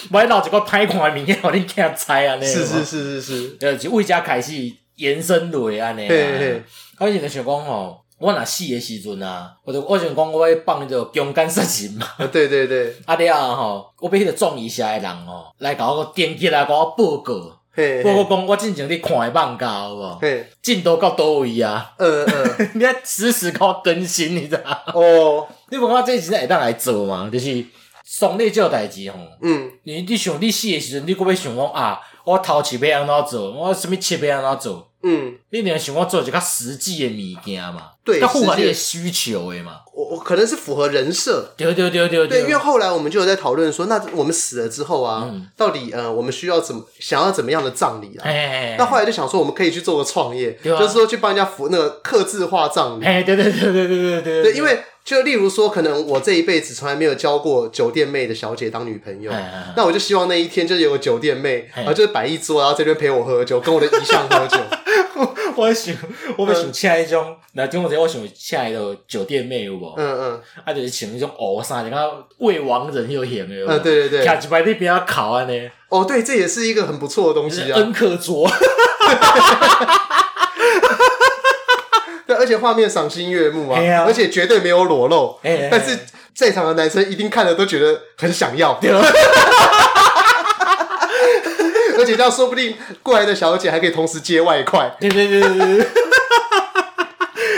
Speaker 2: 莫留一个歹看的物件，互啊你惊猜安尼。
Speaker 1: 是
Speaker 2: 有
Speaker 1: 是
Speaker 2: 无，
Speaker 1: 是是是，
Speaker 2: 呃，就为遮开始延伸落安尼
Speaker 1: 嘿嘿
Speaker 2: 啊。我以前就想讲吼，我若死的时阵啊，我就我想讲我要放迄个强奸杀人 嘛，
Speaker 1: 啊对对对，
Speaker 2: 啊了后吼，我要迄个撞医社的人吼，来甲我登记来甲我报告，
Speaker 1: 嘿
Speaker 2: 报
Speaker 1: 嘿
Speaker 2: 告讲我进前咧看的网咖有无？
Speaker 1: 嘿，
Speaker 2: 进度到倒位 啊？
Speaker 1: 呃 呃，
Speaker 2: 你要时时甲我更新，你知道吗？
Speaker 1: 哦，
Speaker 2: 你问我这是会当来做嘛？就是爽你这代志吼，
Speaker 1: 嗯，
Speaker 2: 你你想你死的时阵，你搁要想讲啊，我头七要安怎做，我什物七要安怎做？
Speaker 1: 嗯，
Speaker 2: 你定想我做一个较实际的物件嘛，
Speaker 1: 对
Speaker 2: 较符合
Speaker 1: 实际
Speaker 2: 你的需求的嘛。
Speaker 1: 我我可能是符合人设，
Speaker 2: 对对对对
Speaker 1: 对，因为
Speaker 2: 对，
Speaker 1: 后来我们就有在讨论说，那我们死了之后啊，
Speaker 2: 嗯
Speaker 1: 到底呃，我们需要怎么想要怎么样的葬礼啊？
Speaker 2: 哎，
Speaker 1: 那后来就想说，我们可以去做个创业，
Speaker 2: 对啊
Speaker 1: 就是说去帮人家服那个刻字化葬礼。
Speaker 2: 哎，对对对对对对对
Speaker 1: 对，因为就例如说，可能我这一辈子从来没有交过酒店妹的小姐当女朋友
Speaker 2: 哎哎哎，
Speaker 1: 那我就希望那一天就是有个酒店妹，然后就是摆一桌，然后这边陪我喝酒，跟我的遗像喝 酒。
Speaker 2: 我在想，我要
Speaker 1: 嗯
Speaker 2: 想请迄种，那中国我想请迄个酒店妹有无？
Speaker 1: 嗯嗯，
Speaker 2: 啊，就是穿迄种黑衫，就较未亡人又型的有无。
Speaker 1: 嗯对对对
Speaker 2: 徛一排你边仔哭安尼，
Speaker 1: 哦，对，这也是一个很不错的东
Speaker 2: 就是
Speaker 1: 西啊。
Speaker 2: 恩客桌。
Speaker 1: 对，而且画面赏心悦目啊
Speaker 2: 哎，呀
Speaker 1: 而且绝对没有裸露
Speaker 2: 哎哎哎，
Speaker 1: 但是在场的男生一定看了都觉得很想要。 而且这样说不定过来的小姐还可以同时接外快。
Speaker 2: 对对对对对对。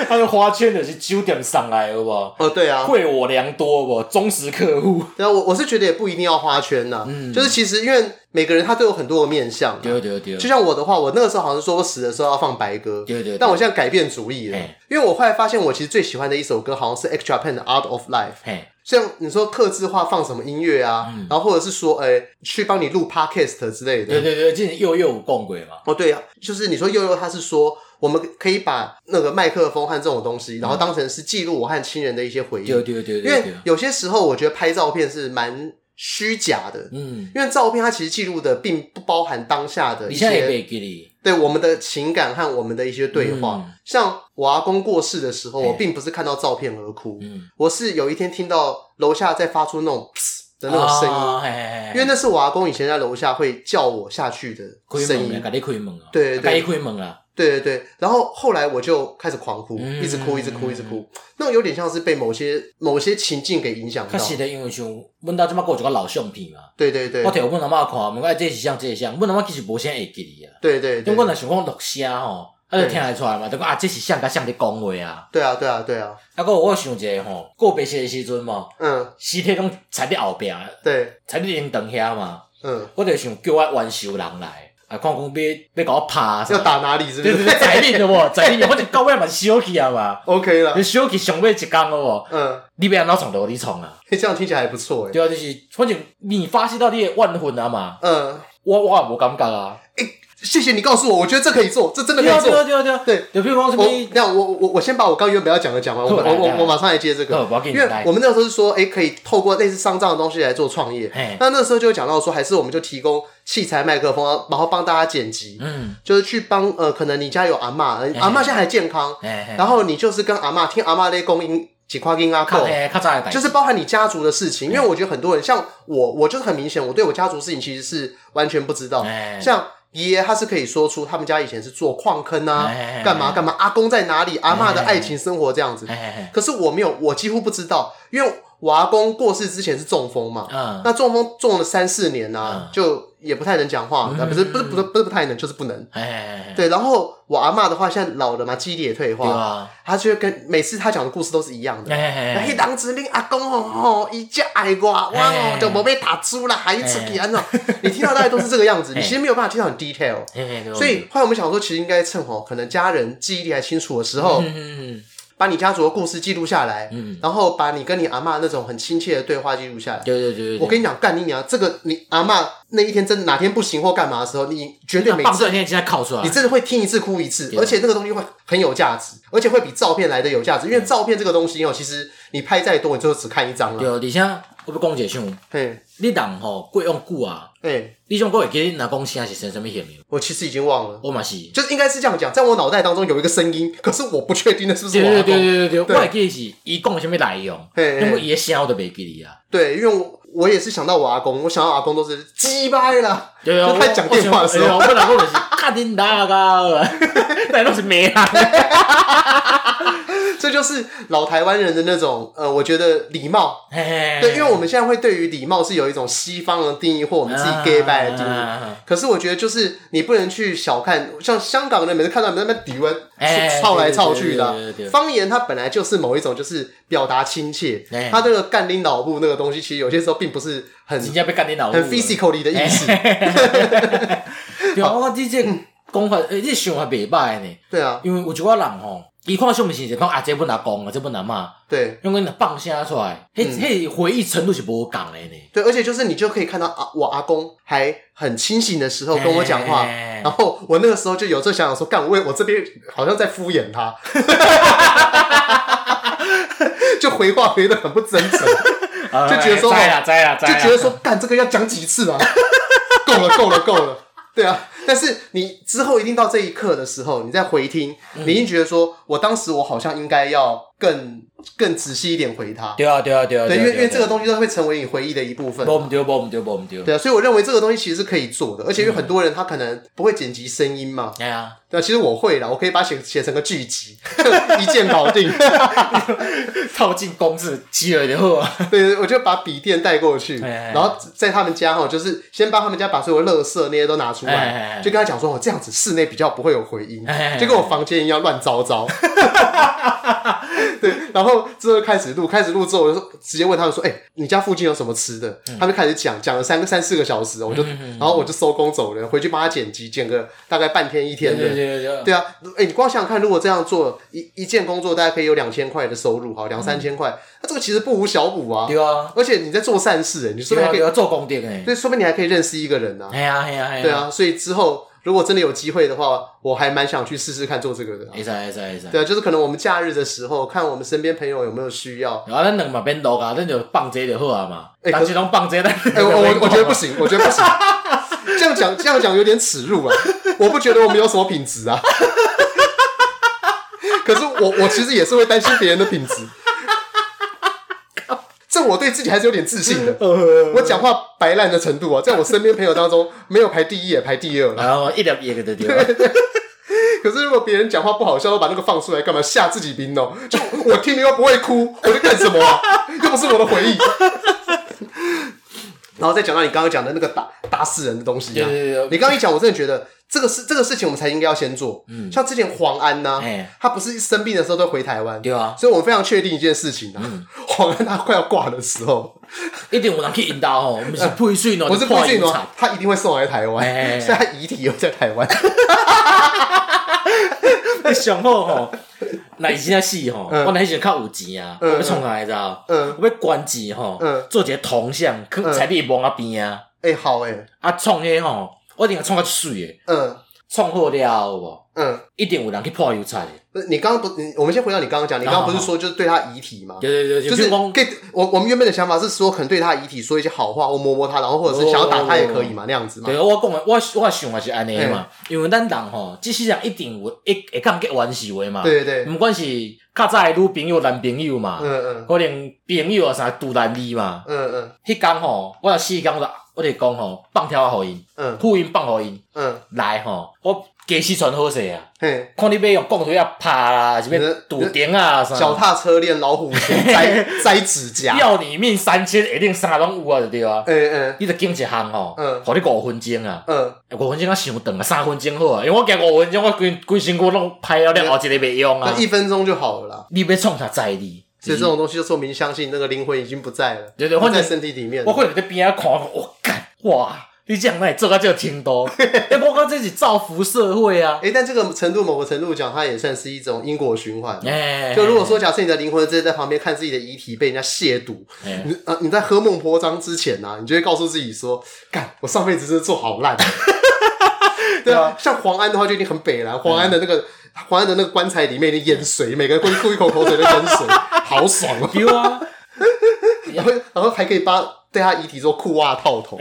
Speaker 2: 他的花圈就是九点上来，有无？
Speaker 1: 哦，对啊，
Speaker 2: 惠我良多，无忠实客户。
Speaker 1: 对啊，我我是觉得也不一定要花圈呐、就是其实因为每个人他都有很多个面相。
Speaker 2: 嗯对对对，
Speaker 1: 就像我的话，我那个时候好像说我死的时候要放白歌，
Speaker 2: 对对对
Speaker 1: 但我现在改变主意了
Speaker 2: 哎，
Speaker 1: 因为我后来发现我其实最喜欢的一首歌好像是 X Japan 的《Art of Life》。
Speaker 2: 嘿，
Speaker 1: 像你说刻字化放什么音乐啊，然后或者是说，哎、去帮你录 podcast 之类的。
Speaker 2: 嗯对对对，之前幼幼有讲过嘛。
Speaker 1: 哦，对啊，就是你说悠悠，他是说我们可以把那个麦克风和这种东西，然后当成是记录我和亲人的一些回忆。
Speaker 2: 嗯对对对
Speaker 1: 因
Speaker 2: 对
Speaker 1: 为
Speaker 2: 对，
Speaker 1: 有些时候我觉得拍照片是蛮虚假的，
Speaker 2: 嗯，
Speaker 1: 因为照片它其实记录的并不包含当下的
Speaker 2: 你
Speaker 1: 一
Speaker 2: 现在嗯也
Speaker 1: 些
Speaker 2: 袂记哩。
Speaker 1: 对我们的情感和我们的一些对话。
Speaker 2: 嗯
Speaker 1: 像我阿公过世的时候，我
Speaker 2: 哎
Speaker 1: 并不是看到照片而哭，
Speaker 2: 嗯，
Speaker 1: 我是有一天听到楼下在发出那种噗的那种声音，
Speaker 2: 啊，嘿嘿嘿
Speaker 1: 因为那是我阿公以前在楼下会叫我下去的
Speaker 2: 开
Speaker 1: 声
Speaker 2: 门啊，
Speaker 1: 音
Speaker 2: 甲。你开门啊，
Speaker 1: 对对
Speaker 2: 甲你开门啦。啊
Speaker 1: 对对对，然后后来我就开始狂哭，
Speaker 2: 嗯
Speaker 1: 一直哭，一直哭，一直哭，那有点像是被某些某些情境给影响
Speaker 2: 确
Speaker 1: 到。
Speaker 2: 实咧，因为像阮兜即摆有一个老相片嘛，
Speaker 1: 对对对
Speaker 2: 我，摕互阮阿嬷看，问我哎这是像这是像，阮阿嬷其实无啥会记哩啊。
Speaker 1: 对对
Speaker 2: 因为阮
Speaker 1: 对，
Speaker 2: 若想讲录声吼，啊就听会出来嘛，就讲啊这是像甲像咧讲话啊。
Speaker 1: 对啊对啊对啊，
Speaker 2: 啊，个我想一个吼，告别式的时阵嘛，
Speaker 1: 嗯，
Speaker 2: 尸体拢踩伫后壁，
Speaker 1: 对，
Speaker 2: 踩伫灵堂遐嘛，
Speaker 1: 嗯，
Speaker 2: 我就想叫我冤仇人来，啊，看讲要要甲我拍啊啥
Speaker 1: 要，打哪里是不
Speaker 2: 对对
Speaker 1: 是
Speaker 2: 对，踩恁了无，踩恁，我就到尾嘛是小气啊嘛，
Speaker 1: ？OK 了
Speaker 2: 你，小气上尾一工了无，
Speaker 1: 嗯，
Speaker 2: 你要安怎创就互你创啊。
Speaker 1: 这样听起来还不错哎。
Speaker 2: 对啊，就是反正你发泄到你的怨恨啊嘛，
Speaker 1: 嗯，
Speaker 2: 我我也无感觉啊。
Speaker 1: 谢谢你告诉我，我觉得这可以做，这真的可
Speaker 2: 对啊，
Speaker 1: 以
Speaker 2: 对
Speaker 1: 做。
Speaker 2: 啊，对啊，对啊。
Speaker 1: 对，
Speaker 2: 就比如讲什么
Speaker 1: 我，那我我我先把我刚原本要讲的讲完，我
Speaker 2: 好来
Speaker 1: 我
Speaker 2: 来
Speaker 1: 我我马上来接这个
Speaker 2: 好哦不要，紧
Speaker 1: 因为
Speaker 2: 来
Speaker 1: 我们那时候是说，哎，可以透过类似丧葬的东西来做创业
Speaker 2: 嘿。
Speaker 1: 那那时候就有讲到说，还是我们就提供器材、麦克风，然后帮大家剪辑，
Speaker 2: 嗯，
Speaker 1: 就是去帮呃，可能你家有阿嬷，呃阿嬷现在还健康，
Speaker 2: 哎，嘿
Speaker 1: 然后你就是跟阿嬷听阿嬷咧供音几块音啊
Speaker 2: 较
Speaker 1: 扣。
Speaker 2: 嘿较早的代，
Speaker 1: 就是包含你家族的事情，因为
Speaker 2: 哎
Speaker 1: 我觉得很多人像我，我就是很明显，我对我家族事情其实是完全不知道。
Speaker 2: 哎
Speaker 1: 像爷爷他是可以说出他们家以前是做矿坑啊
Speaker 2: 哎，
Speaker 1: 干嘛干嘛，阿公在哪里，阿嬷的爱情生活这样子
Speaker 2: 嘿。嘿嘿
Speaker 1: 可是我没有，我几乎不知道，因为我阿公过世之前是中风嘛，
Speaker 2: 嗯，
Speaker 1: 那中风中了三四年呐、
Speaker 2: 嗯
Speaker 1: 就也不太能讲话，啊
Speaker 2: 嗯
Speaker 1: 不是不是不是不是不太能，就是不能。
Speaker 2: 哎哎哎，嘿
Speaker 1: 对，然后我阿嬷的话，现在老了嘛，记忆力也退
Speaker 2: 对
Speaker 1: 化，
Speaker 2: 啊，
Speaker 1: 她就会跟每次她讲的故事都是一样的。
Speaker 2: 哎哎
Speaker 1: 迄
Speaker 2: 哎，
Speaker 1: 当时恁阿公吼吼，伊遮爱我，我吼就无被打猪啦，还
Speaker 2: 哎
Speaker 1: 出去安怎？你听到大概都是这个样 子，你其实没有办法听到很 detail。
Speaker 2: 嘿嘿对啊
Speaker 1: 所以后来我们想说，其实应该趁吼，可能家人记忆力还清楚的时候，
Speaker 2: 嗯嗯
Speaker 1: 把你家族的故事记录下来
Speaker 2: 嗯，
Speaker 1: 然后把你跟你阿嬷那种很亲切的对话记录下来。
Speaker 2: 对对对对，
Speaker 1: 我跟你讲，干你娘！这个你阿嬷那一天真的哪天不行或干嘛的时候，你绝对每
Speaker 2: 棒
Speaker 1: 次
Speaker 2: 子现在正在靠出来，
Speaker 1: 你真的会听一次哭一次，
Speaker 2: 对
Speaker 1: 而且那个东西会很有价值，而且会比照片来的有价值，因为照片这个东西哦，其实你拍再多，你最后只看一张
Speaker 2: 对，
Speaker 1: 了。
Speaker 2: 而且我要讲一个像，
Speaker 1: 嘿，
Speaker 2: 你人吼过用久啊，
Speaker 1: 嘿，
Speaker 2: 你种过会记若讲声是生什么形象，
Speaker 1: 我其实已经忘了，
Speaker 2: 我嘛是，对
Speaker 1: 就是应该是这样讲，在我脑袋当中有一个声音，可是我不确定那是不是我
Speaker 2: 对
Speaker 1: 阿
Speaker 2: 对
Speaker 1: 公。
Speaker 2: 对对对，
Speaker 1: 对
Speaker 2: 我会记是伊讲什么内容，
Speaker 1: 嘿嘿
Speaker 2: 因为伊的声我都袂记哩啊。
Speaker 1: 对，因为我我也是想到我阿公，我想到阿公都是鸡掰啦，
Speaker 2: 对啊，
Speaker 1: 就在讲电话的时候
Speaker 2: 我我老公就是看你啊大个， 那都是没啊。
Speaker 1: 这就是老台湾人的那种呃，我觉得礼貌，对，因为我们现在会对于礼貌是有一种西方的定义，或我
Speaker 2: 我
Speaker 1: 们自己 gay by 的定
Speaker 2: 啊
Speaker 1: 义。可是我觉得，就是你不能去小看，像香港人每次看到你们在那边诋
Speaker 2: 哎
Speaker 1: 湾，操来操去的啊
Speaker 2: 对对对对对。
Speaker 1: 方言它本来就是某一种，就是表达亲切
Speaker 2: 哎。
Speaker 1: 它这个干拎脑部那个东西，其实有些时候并不是很
Speaker 2: 人家被干你啊脑
Speaker 1: 很 physically 的意思。
Speaker 2: 哎 对啊，我讲你这讲法，诶，你想法袂歹呢。
Speaker 1: 对啊，
Speaker 2: 因为有一个人吼，伊看相片是讲啊，这本阿公啊，这本阿嬷，
Speaker 1: 对
Speaker 2: 因为你放声出来，迄
Speaker 1: 嗯
Speaker 2: 迄回忆程度是无共的呢。
Speaker 1: 对，而且就是你就可以看到啊，我阿公还很清醒的时候跟我讲话。
Speaker 2: 哎
Speaker 1: 然后我那个时候就有时候想想说，干我我这边好像在敷衍他， 就回话回的很不真诚，就觉得说
Speaker 2: 哎栽啦栽啦栽
Speaker 1: 就
Speaker 2: 啦，
Speaker 1: 觉得说干这个要讲几次啊，够了够了够了，对啊。但是你之后一定到这一刻的时候，你再回听，你一定觉得说我当时我好像应该要更更仔细一点回他，
Speaker 2: 对啊对啊对啊，
Speaker 1: 对，因为因为这个
Speaker 2: 都
Speaker 1: 东西都会成为你回忆的一部分。
Speaker 2: 无毋对，无毋对，无毋对，
Speaker 1: 对啊，所以我认为这个东西其实是可以做的，而且有很多人他可能不会剪辑声音嘛，
Speaker 2: 哎呀。
Speaker 1: 对啊，其实我会啦，我可以把它写写成个剧集， 一键搞定。
Speaker 2: 套进公式积了以后啊，
Speaker 1: 对，我就把笔电带过去，
Speaker 2: 哎哎哎
Speaker 1: 然后在他们家哈，就是先帮他们家把所有垃圾那些都拿出
Speaker 2: 哎哎
Speaker 1: 来，
Speaker 2: 哎
Speaker 1: 就跟他讲说，哦我这样子室内比较不会有回音
Speaker 2: 哎哎哎，
Speaker 1: 就跟我房间一样乱糟 糟。对，然后之后开始录，开始录之后，我就说直接问他们说：“哎、你家附近有什么吃的？”
Speaker 2: 嗯
Speaker 1: 他们就开始讲，讲了三个三四个小时，我就，然后我就收工走人，回去帮他剪辑，剪个大概半天一天
Speaker 2: 对
Speaker 1: 的。
Speaker 2: 对对对，
Speaker 1: 对啊，哎、你光想想看，如果这样做一一件工作，大概可以有两千块的收入，好，两三千块，
Speaker 2: 嗯
Speaker 1: 那、这个其实不无小补啊。
Speaker 2: 对啊，
Speaker 1: 而且你在做善事、哎，你说不定
Speaker 2: 对啊，
Speaker 1: 还可
Speaker 2: 对
Speaker 1: 以，
Speaker 2: 啊，做功德呢。
Speaker 1: 对，说不定你还可以认识一个人呢、啊。
Speaker 2: 哎呀，哎呀，哎呀，
Speaker 1: 对，啊，所以之后如果真的有机会的话，我还蛮想去试试看做这个的啊、
Speaker 2: 会使会使会使。
Speaker 1: 对啊，就是可能我们假日的时候，看我们身边朋友有没有需要。
Speaker 2: 然后咱两嘛免录啊，咱就放这就好啊嘛。
Speaker 1: 哎可
Speaker 2: 但是拢放这，咱
Speaker 1: 哎、我我我觉得不行，我觉得不 行，这样讲这样讲有点耻辱啊！我不觉得我们有什么品质啊。 可是我我其实也是会担心别人的品质， 这我对自己还是有点自信的。
Speaker 2: 呃，
Speaker 1: 我讲话白烂的程 度啊，在我身边朋友当中没有排第一也排第二了。
Speaker 2: 然后一粒一个就对了。
Speaker 1: 可是如果别人讲话不好笑，都把那个放出来干嘛？吓自己兵哦！就我听了又不会哭，我在干什么、啊？ 又不是我的回忆。 然后再讲到你刚刚讲的那个打打死人的东西
Speaker 2: 对
Speaker 1: 啊，
Speaker 2: 对对
Speaker 1: 你刚刚一讲，我真的觉得这个事这个事情我们才应该要先做。嗯，像之前黄安呐、
Speaker 2: 哎
Speaker 1: 他不是生病的时候都回台湾，
Speaker 2: 对啊嗯
Speaker 1: 所以我们非常确定一件事情啊，黄安他快要挂的时候，
Speaker 2: 一定有人去引导吼，毋是配水喏，
Speaker 1: 我是不
Speaker 2: 破
Speaker 1: 信
Speaker 2: 油
Speaker 1: 哦
Speaker 2: 菜，
Speaker 1: 他一定会送来台湾，
Speaker 2: 哎哎哎
Speaker 1: 所以他遗体又在台湾。
Speaker 2: 你上好吼，若伊真正死吼，我若迄时阵较有钱啊，我要创啥你知道？
Speaker 1: 嗯，
Speaker 2: 我要捐钱吼
Speaker 1: 嗯，
Speaker 2: 做一个铜像，去
Speaker 1: 嗯
Speaker 2: 彩你望啊边啊，
Speaker 1: 哎、好哎、
Speaker 2: 啊创迄吼，我一定要创较水诶，
Speaker 1: 嗯
Speaker 2: 创好了有无？
Speaker 1: 嗯。
Speaker 2: 一定有人去破油菜的，
Speaker 1: 不是你刚刚不，你我们先回到你刚刚讲，你刚刚不是说就是对他遗体吗？
Speaker 2: 对对对，
Speaker 1: 就
Speaker 2: 比
Speaker 1: 是
Speaker 2: 如讲
Speaker 1: 给我我们原本的想法是说，可能对他遗体说一些好话，或摸摸他，然后或者是想要打他也可以嘛，那样子嘛。
Speaker 2: 对，我讲的，我我想法是安尼的嘛，
Speaker 1: 嗯
Speaker 2: 因为咱人吼，即世人一定有会会讲结冤仇的嘛，
Speaker 1: 对对对，
Speaker 2: 毋管是较早的女朋友、男朋友嘛，
Speaker 1: 嗯嗯
Speaker 2: 可能朋友啊啥独男你嘛，
Speaker 1: 嗯嗯
Speaker 2: 迄工吼，我若死工我就我就讲吼，放条啊互因，
Speaker 1: 嗯
Speaker 2: 付因放互因
Speaker 1: 嗯，
Speaker 2: 来吼，我家私传好势啊，
Speaker 1: 嘿，
Speaker 2: 看你要用钢锤啊拍啦，还是
Speaker 1: 你
Speaker 2: 要
Speaker 1: 的
Speaker 2: 堵钉啊啥，
Speaker 1: 脚踏车链、老虎钳、摘摘指甲，
Speaker 2: 要你命三千，一定啥拢有啊，就对啊。
Speaker 1: 嗯嗯
Speaker 2: 你著拣一项吼
Speaker 1: 嗯，
Speaker 2: 互你五分钟啊。
Speaker 1: 嗯，
Speaker 3: 嗯
Speaker 2: 五分钟啊，伤长啊，三分钟好啊，因为我加五分钟，我规规身躯拢拍了了，后一个袂用啊
Speaker 1: 那。一分钟就好了啦。
Speaker 2: 你要创啥在你？
Speaker 1: 嗯所以这种东西就说明相信那个灵魂已经不在了，
Speaker 2: 对对
Speaker 1: 不
Speaker 2: 或
Speaker 1: 在
Speaker 2: 者
Speaker 1: 身体里面
Speaker 2: 我。可能在边仔看，我干哇！你这样哪会做到这个 程度？哎，我讲这是造福社会啊！
Speaker 1: 哎，但这个程度某个程度讲，它也算是一种因果循环。
Speaker 2: 哎，
Speaker 1: 就如果说，假设你的灵魂真的在旁边看自己的遗体被人家亵渎，
Speaker 2: 哎
Speaker 1: 你啊，你在喝孟婆汤之前呢、啊你就会告诉自己说，干，我上辈子真的做好 烂。对啊，嗯像黄安的话就已经很北了，黄安的那个、黄安的那个棺材里面已经淹水，每个人吐一口口水都淹水，好爽哦、
Speaker 2: 对 啊，
Speaker 1: 然后然后还可以把对他遗体做裤袜套 头，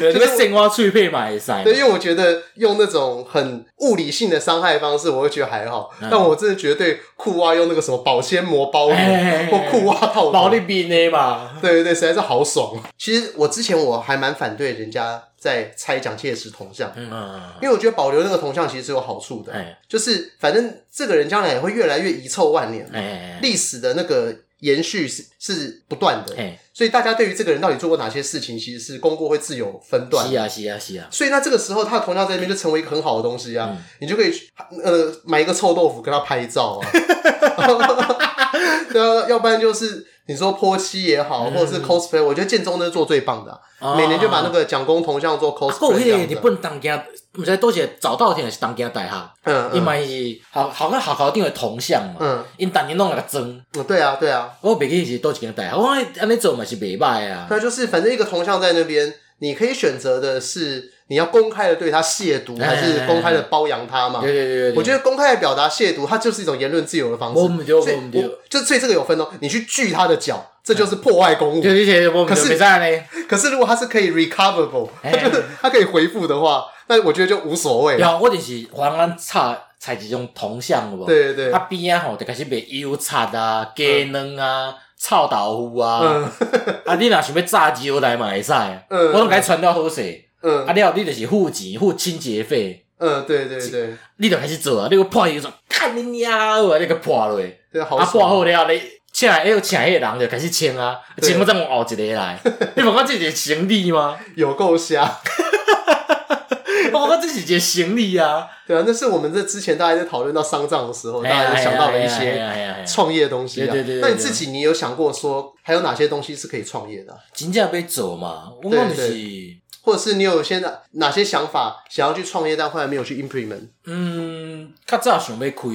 Speaker 2: 这个生活脆配嘛会使。
Speaker 1: 对，因为我觉得用那种很物理性的伤害方式，我会觉得还好，但我真的觉得对裤袜用那个什么保鲜膜包你
Speaker 2: 嗯哎
Speaker 1: 或裤袜套头，
Speaker 2: 毛你面的嘛，
Speaker 1: 对对对，实在是好爽。其实我之前我还蛮反对人家在拆蒋介石铜像，
Speaker 2: 嗯啊，
Speaker 1: 因为我觉得保留那个铜像其实是有好处的，
Speaker 2: 哎
Speaker 1: 就是反正这个人将来也会越来越遗臭万年，
Speaker 2: 哎
Speaker 1: 历史的那个延续是是不断的，
Speaker 2: 哎，
Speaker 1: 所以大家对于这个人到底做过哪些事情，其实是功过会自有分段。
Speaker 2: 是啊是啊是啊，
Speaker 1: 所以那这个时候，他的铜像在那边就成为一个很好的东西啊，
Speaker 2: 嗯
Speaker 1: 你就可以去呃买一个臭豆腐跟他拍照啊， 对啊，要不然就是你说泼漆也好，或者是 cosplay，我觉得建中那是做最棒的啊、
Speaker 2: 嗯啊
Speaker 1: 每年就把那个蒋公铜像做
Speaker 2: 啊，还有
Speaker 1: cosplay
Speaker 2: 迄
Speaker 1: 这
Speaker 2: 个
Speaker 1: 样
Speaker 2: 日
Speaker 1: 子，
Speaker 2: 本东京，毋知倒一个早稻田还是东京大学。
Speaker 1: 嗯
Speaker 2: 伊
Speaker 1: 嗯
Speaker 2: 嘛是好好像学校顶的铜像嘛，
Speaker 1: 嗯
Speaker 2: 因逐年拢来装，
Speaker 1: 嗯，对啊对啊，
Speaker 2: 我袂记是倒一间大学，我讲哎安尼做嘛是袂歹啊。
Speaker 1: 那就是反正一个铜像在那边，你可以选择的是你要公开的对他亵渎，
Speaker 2: 哎
Speaker 1: 还是公开的包养他嘛
Speaker 2: 对？对对对，
Speaker 1: 我觉
Speaker 2: 得
Speaker 1: 得公开的表达亵渎，它就是一种言论自由的方式。
Speaker 2: 我毋对，我毋
Speaker 1: 所以
Speaker 2: 对，
Speaker 1: 我就所以这个有分哦，你去锯他的脚，这
Speaker 2: 哎
Speaker 1: 就是破坏公物。
Speaker 2: 对对对，我毋
Speaker 1: 可
Speaker 2: 对，
Speaker 1: 是
Speaker 2: 袂使安尼。
Speaker 1: 可是如果他是可以 recoverable，他
Speaker 2: 哎
Speaker 1: 就是他可以回复的话，那我觉得就无所谓。
Speaker 2: 然后我就是黄安插插一种铜像有无？
Speaker 1: 对对对
Speaker 2: 啊，边仔吼就开始卖油擦啊、鸡卵啊、臭豆腐啊，
Speaker 1: 嗯
Speaker 2: 啊你若想要炸鸡来嘛会使，啊
Speaker 1: 嗯
Speaker 2: 我拢甲伊穿了好势。啊
Speaker 1: 嗯
Speaker 2: 了后你就是付钱付清洁费，
Speaker 1: 嗯，对对对
Speaker 2: 你就开始做啊，你个破油说，看你娘啊的，你个破落。
Speaker 1: 对，好
Speaker 2: 啊，
Speaker 1: 爽
Speaker 2: 挂好了，你请来又请迄个人就开始请啊，
Speaker 1: 对
Speaker 2: 请我再换后一个 来。你问我这是一个行李吗？
Speaker 1: 有够瞎。
Speaker 2: 我讲这是一个行李啊。
Speaker 1: 对啊，那是我们这之前大家在讨论到丧葬的时候，大家就想到了一
Speaker 2: 哎呀哎呀
Speaker 1: 些
Speaker 2: 哎呀哎呀
Speaker 1: 创业的东西啊。
Speaker 2: 对对对对
Speaker 1: 那
Speaker 2: 对
Speaker 1: 你自己，你有想过说还有哪些东西是可以创业的啊，
Speaker 2: 真正要做嘛，我讲就是
Speaker 1: 对或者是你有些哪哪些想法想要去创业，但后来没有去 implement？
Speaker 2: 嗯，较早想要开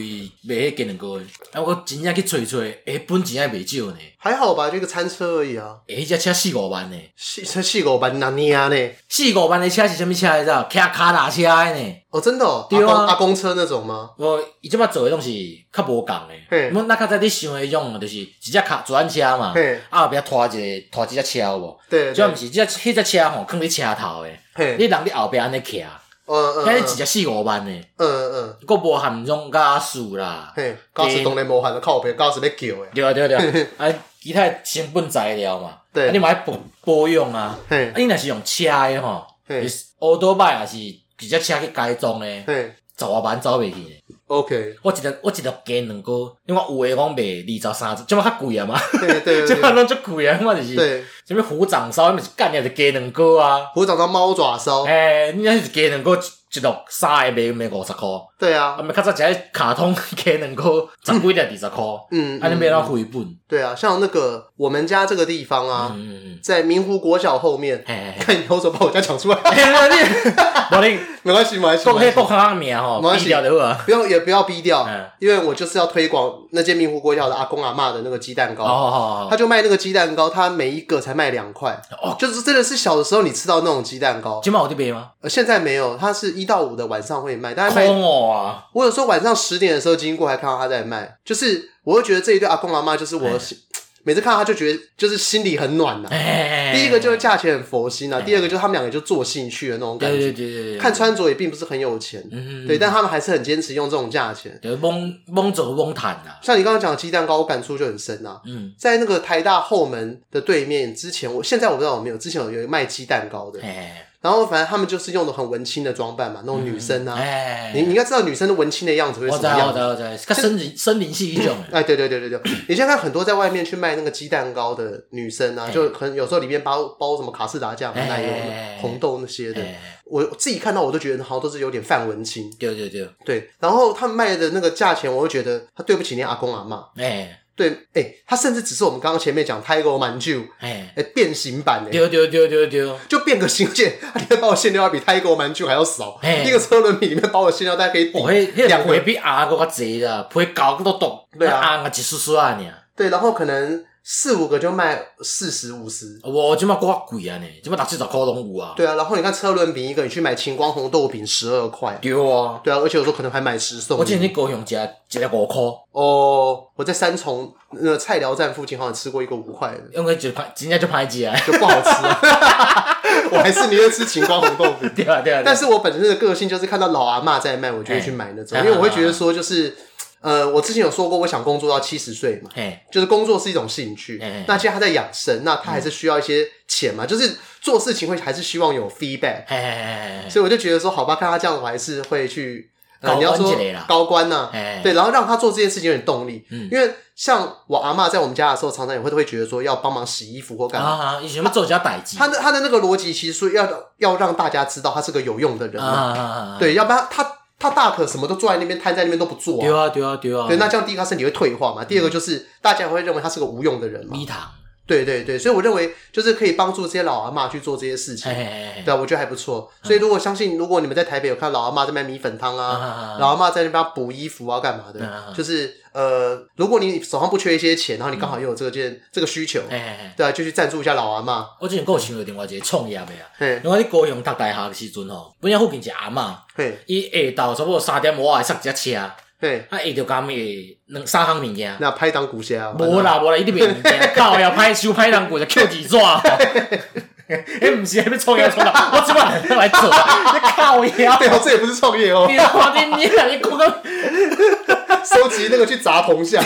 Speaker 2: 卖迄鸡卵糕的，啊，我真正去揣揣，诶，本钱也袂少呢，
Speaker 1: 还好吧，就一个餐车而已啊。
Speaker 2: 诶，迄只车四五万呢，
Speaker 1: 细这细狗班哪尼啊呢？
Speaker 2: 四五万的车是啥物车来着？骑卡踏车的呢。
Speaker 1: 哦，真的、哦，
Speaker 2: 对啊
Speaker 1: 阿公阿公车那种吗？
Speaker 2: 我伊即摆做诶拢是较无共
Speaker 1: 嘿
Speaker 2: 诶，我那较早你想诶迄种就是一只卡左按车嘛
Speaker 1: 嘿，
Speaker 2: 啊后壁拖一个拖一只车有无？
Speaker 1: 对，
Speaker 2: 主要
Speaker 1: 对
Speaker 2: 毋是即迄只车吼，囥伫车头诶，
Speaker 1: 嘿，
Speaker 2: 你人伫后壁安尼骑，
Speaker 1: 嗯嗯，
Speaker 2: 遐你一只四五万诶，
Speaker 1: 嗯嗯嗯，
Speaker 2: 佫无含迄种加数啦，
Speaker 1: 嘿，高斯当然无法的靠背，高斯要叫的，
Speaker 2: 对啊对啊对啊，啊其他的成本材料嘛，
Speaker 1: 对
Speaker 2: 啊你嘛爱保保养啊，
Speaker 1: 嘿
Speaker 2: 啊你若是用车诶吼，啊
Speaker 1: 嘿
Speaker 2: 就是奥多拜也是直接车去改装咧，
Speaker 1: 嘿
Speaker 2: 十外万走袂去咧。
Speaker 1: ，OK，
Speaker 2: 我一条我一条鸡两个，因为我有诶讲卖二十三，即马较贵啊嘛，
Speaker 1: 对对
Speaker 2: 即
Speaker 1: 对
Speaker 2: 马
Speaker 1: 对
Speaker 2: 拢足贵啊，我就是
Speaker 1: 对，
Speaker 2: 什物虎掌烧，那么是干了是鸡两个啊。
Speaker 1: 我找到猫爪烧，
Speaker 2: 诶、你那是鸡两个一落三个卖卖五十箍，
Speaker 1: 对
Speaker 2: 啊，
Speaker 1: 啊，
Speaker 2: 咪较早一个卡通 鸡两个十几粒二十箍，
Speaker 1: 嗯，
Speaker 2: 啊，你买
Speaker 1: 嗯
Speaker 2: 到回本。
Speaker 1: 对啊，像那个我们家这个地方啊，
Speaker 2: 嗯嗯嗯，
Speaker 1: 在明湖国小后面，
Speaker 2: 哎，
Speaker 1: 看你偷手把我家讲出来，
Speaker 2: 嘿嘿嘿啊你，无你
Speaker 1: 没关系，没关系，
Speaker 2: 讲
Speaker 1: 没
Speaker 2: 迄国
Speaker 1: 关系
Speaker 2: 行名吼，
Speaker 1: 嗯没关
Speaker 2: 低
Speaker 1: 系哦
Speaker 2: 调就好啊。
Speaker 1: 不用也不要逼掉
Speaker 2: 嗯，
Speaker 1: 因为我就是要推广那间明湖国小的阿公阿嬷的那个鸡蛋
Speaker 2: 哦
Speaker 1: 糕，
Speaker 2: 哦
Speaker 1: 他
Speaker 2: 哦，
Speaker 1: 就卖那个鸡蛋糕，他每一个才卖两块，
Speaker 2: 哦
Speaker 1: 就是真的是小的时候你吃到那种鸡蛋糕，
Speaker 2: 今晚有伫卖吗？
Speaker 1: 呃，现在没有，它是一到五的晚上会卖，大概卖
Speaker 2: 空哦啊，
Speaker 1: 我有时候晚上十点的时候经过，还看到他在卖，就是我会觉得这一对阿公阿妈，就是我
Speaker 2: 哎
Speaker 1: 心每次看到他就觉得就是心里很暖呐、
Speaker 2: 哎，
Speaker 1: 第一个就是价钱很佛心啊，
Speaker 2: 哎
Speaker 1: 第二个就是他们两个就做兴趣的那种感
Speaker 2: 对，
Speaker 1: 觉。
Speaker 2: 对对对对对，
Speaker 1: 看，穿着也并不是很有钱，
Speaker 2: 嗯，
Speaker 1: 对，但他们还是很坚持用这种价钱。
Speaker 2: 就是蒙蒙走蒙谈呐，
Speaker 1: 像你刚刚讲的鸡蛋糕，我感触就很深啊。
Speaker 2: 嗯，
Speaker 1: 在那个台大后门的对面，之前我现在我不知道有没有，之前有有卖鸡蛋糕的，
Speaker 2: 哎，
Speaker 1: 然后反正他们就是用的很文青的装扮嘛，那种女生啊，
Speaker 2: 哎，
Speaker 1: 你你应该知道女生的文青的样子会是
Speaker 2: 我
Speaker 1: 什
Speaker 2: 知
Speaker 1: 么
Speaker 2: 道我
Speaker 1: 样
Speaker 2: 知
Speaker 1: 子。
Speaker 2: 道我知道，较森林森林系一种的，啊
Speaker 1: 哎，对对对对对，你现在看很多在外面去卖那个鸡蛋糕的女生啊，
Speaker 2: 哎
Speaker 1: 就可能有时候里面包包什么卡士达酱、啊
Speaker 2: 哎
Speaker 1: 奶
Speaker 2: 哎
Speaker 1: 油、红豆那些的，
Speaker 2: 哎，
Speaker 1: 我自己看到我都觉得好像都是有点泛文青。
Speaker 2: 对对对，
Speaker 1: 对，然后他们卖的那个价钱，我会觉得他对不起你阿公阿妈。
Speaker 2: 哎
Speaker 1: 对，哎，他甚至只是我们刚刚前面讲 Tiger 满旧，
Speaker 2: 哎，
Speaker 1: 哎，变形版哎。
Speaker 2: 对对对对对，哦
Speaker 1: 就变个形线，他里面包的馅料要比泰国蛮具还要少。
Speaker 2: 哎
Speaker 1: 一个车轮饼里面包的馅料大概可以
Speaker 2: 哦，
Speaker 1: 顶，
Speaker 2: 迄迄
Speaker 1: 两
Speaker 2: 个
Speaker 1: 个
Speaker 2: 皮比红个较济啦，皮厚都毒，
Speaker 1: 对啊
Speaker 2: 那红啊一丝丝啊尔。
Speaker 1: 对，然后可能四五个就卖四十五十，
Speaker 2: 哇，即马搁较贵啊呢，即马六七十箍拢有啊。
Speaker 1: 对啊，然后你看车轮饼一个，你去买晴光红豆饼十二块，
Speaker 2: 对啊，
Speaker 1: 对啊，而且有时候可能还买十送一。
Speaker 2: 我之前去高雄食一个五箍，
Speaker 1: 哦，我在三重那个菜寮站附近好像吃过一个五块的，
Speaker 2: 因为就歹真正就歹食。
Speaker 1: 就不好吃、 啊。我还是宁愿吃晴光红豆饼。
Speaker 2: 对啊对啊，
Speaker 1: 但是我本身的个性就是看到老阿嬷在卖，我就会去买那种，
Speaker 2: 哎
Speaker 1: 因为我会觉得说就是。呃，我之前有说过，我想工作到七十岁嘛，
Speaker 2: 嘿，
Speaker 1: 就是工作是一种兴趣
Speaker 2: 哎哎嗯哎。
Speaker 1: 那既然他在养生，那他还是需要一些钱嘛，就是做事情会还是希望有 feedback。
Speaker 2: 嘿嘿嘿嘿
Speaker 1: 所以我就觉得说，好吧，看他这样，我还是会去。呃、
Speaker 2: 哎高
Speaker 1: 你要
Speaker 2: 官
Speaker 1: 说
Speaker 2: 之类啦
Speaker 1: 高官呐、
Speaker 2: 哎
Speaker 1: 对，然后让他做这件事情有点动力，
Speaker 2: 嗯
Speaker 1: 因为像我阿嬷在我们家的时候，常常也会会觉得说要帮忙洗衣服或
Speaker 2: 嘿，
Speaker 1: 干嘛。
Speaker 2: 啊，伊想要做一下代志。
Speaker 1: 他的他的那个逻辑其实说要要让大家知道他是个有用的人
Speaker 2: 啊
Speaker 1: 嘛，
Speaker 2: 啊啊，
Speaker 1: 对，要不然他他大可什么都坐在那边瘫在那边都不做、
Speaker 2: 对
Speaker 1: 啊，
Speaker 2: 啊对啊对啊。
Speaker 1: 对，那这样第一个他身体会退化嘛，第二个就是大家也会认为他是个无用的人嘛
Speaker 2: 米，糖，
Speaker 1: 对对对，所以我认为就是可以帮助这些老阿嬷去做这些事情
Speaker 2: 嘿，嗯嘿嘿嘿
Speaker 1: 对啊，我觉得还不错。所以如果相信，如果你们在台北有看到老阿妈在卖米粉汤
Speaker 2: 啊
Speaker 1: 啊，
Speaker 2: 啊
Speaker 1: 老阿妈在那边补衣服啊，干嘛
Speaker 2: 啊
Speaker 1: 的，就是呃，如果你手上不缺一些钱，然后你刚好又有这个件这个需求，
Speaker 2: 嗯嘿嘿嘿，
Speaker 1: 对啊，就去赞助一下老阿妈。
Speaker 2: 我之前还有想到另外一个创业的啊，
Speaker 1: 嘿，
Speaker 2: 因为我伫高雄读大学的时阵吼，本来附近一个阿嬷，
Speaker 1: 嘿，
Speaker 2: 伊下昼差不多三点外会塞一只车，啊
Speaker 1: 嘿，
Speaker 2: 伊就讲伊两三项物件。
Speaker 1: 那拍档股虾啊，
Speaker 2: 无啦无啦，伊伫卖物件，靠呀，歹手歹人过就捡几纸吼。迄毋是要创业创啦，我即摆来来做啊！你靠呀！
Speaker 1: 对啊，这也不是创业哦
Speaker 2: 你，看你你啊！你讲到
Speaker 1: 收集那个去砸铜像，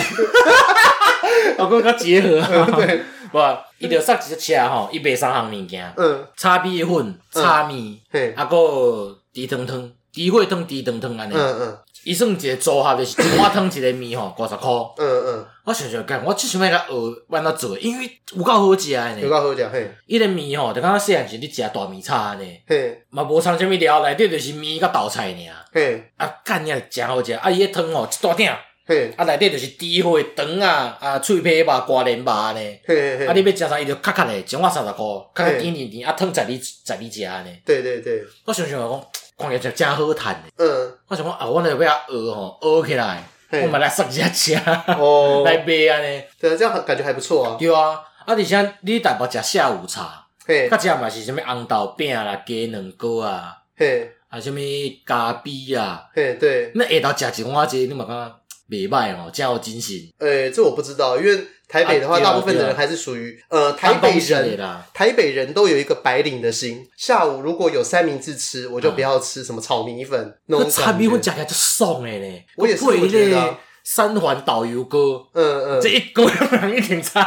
Speaker 2: 我讲较结合啊，
Speaker 1: 对，
Speaker 2: 无伊就塞一只车吼，伊卖三项物件：
Speaker 1: 嗯，
Speaker 2: 炒米粉、炒面，
Speaker 1: 嘿，
Speaker 2: 啊个猪汤汤、猪血汤、猪汤汤安尼
Speaker 1: 嗯。嗯
Speaker 2: 伊算一个组合，就是一碗汤一个面吼，五十箍。
Speaker 1: 嗯嗯，
Speaker 2: 我想想干，我只想要甲学安怎做，因为有够好食的
Speaker 1: 有
Speaker 2: 呢。
Speaker 1: 够好讲，嘿，
Speaker 2: 伊个面吼，就敢若细汉时你食大面炒的呢。
Speaker 1: 嘿，
Speaker 2: 嘛无掺啥物料，内底就是面甲豆菜尔。
Speaker 1: 嘿，
Speaker 2: 啊，干呀，真好食！啊，伊迄汤吼一大鼎，啊，
Speaker 1: 嘿，
Speaker 2: 内底就是猪血肠啊，啊，脆皮肉、瓜莲肉安尼。
Speaker 1: 嘿嘿
Speaker 2: 啊，你
Speaker 1: 嘿，
Speaker 2: 要食啥，伊就咔咔嘞，一碗三十箍，咔咔
Speaker 1: 嘿
Speaker 2: 甜甜甜，啊，汤在你在你食安尼。
Speaker 1: 对对对，
Speaker 2: 我想想讲，看起来就真好趁诶。
Speaker 1: 嗯，
Speaker 2: 我想讲啊，我若要遐学吼，学起来，
Speaker 1: 嘿
Speaker 2: 我，嘛来送一下吃，
Speaker 1: 哦，
Speaker 2: 来卖安尼。
Speaker 1: 对啊，这样很感觉还不错啊，
Speaker 2: 对啊，啊，而且你台北食下午茶，
Speaker 1: 嘿
Speaker 2: 较，食嘛是啥物红豆饼啦、鸡卵糕啊，
Speaker 1: 嘿，
Speaker 2: 啊，啥物咖啡啊。
Speaker 1: 嘿，对。
Speaker 2: 那下昼食一碗这，你嘛感觉袂歹哦，真有精神。
Speaker 1: 呃，这我不知道，因为台北的话，
Speaker 2: 啊对啊
Speaker 1: 大部分的
Speaker 2: 对
Speaker 1: 人
Speaker 2: 啊
Speaker 1: 还是属于呃台北
Speaker 2: 的
Speaker 1: 人。
Speaker 2: 啦，
Speaker 1: 台北人都有一个白领的心，下午如果有三明治吃，我就不要吃什么炒米粉那
Speaker 2: 嗯那
Speaker 1: 种
Speaker 2: 炒米粉
Speaker 1: 感
Speaker 2: 食
Speaker 1: 觉。
Speaker 2: 起来就爽诶呢。
Speaker 1: 我也是
Speaker 2: 配
Speaker 1: 我觉得啊
Speaker 2: 那个三环导游哥，
Speaker 1: 嗯嗯
Speaker 2: 这一锅人一定猜。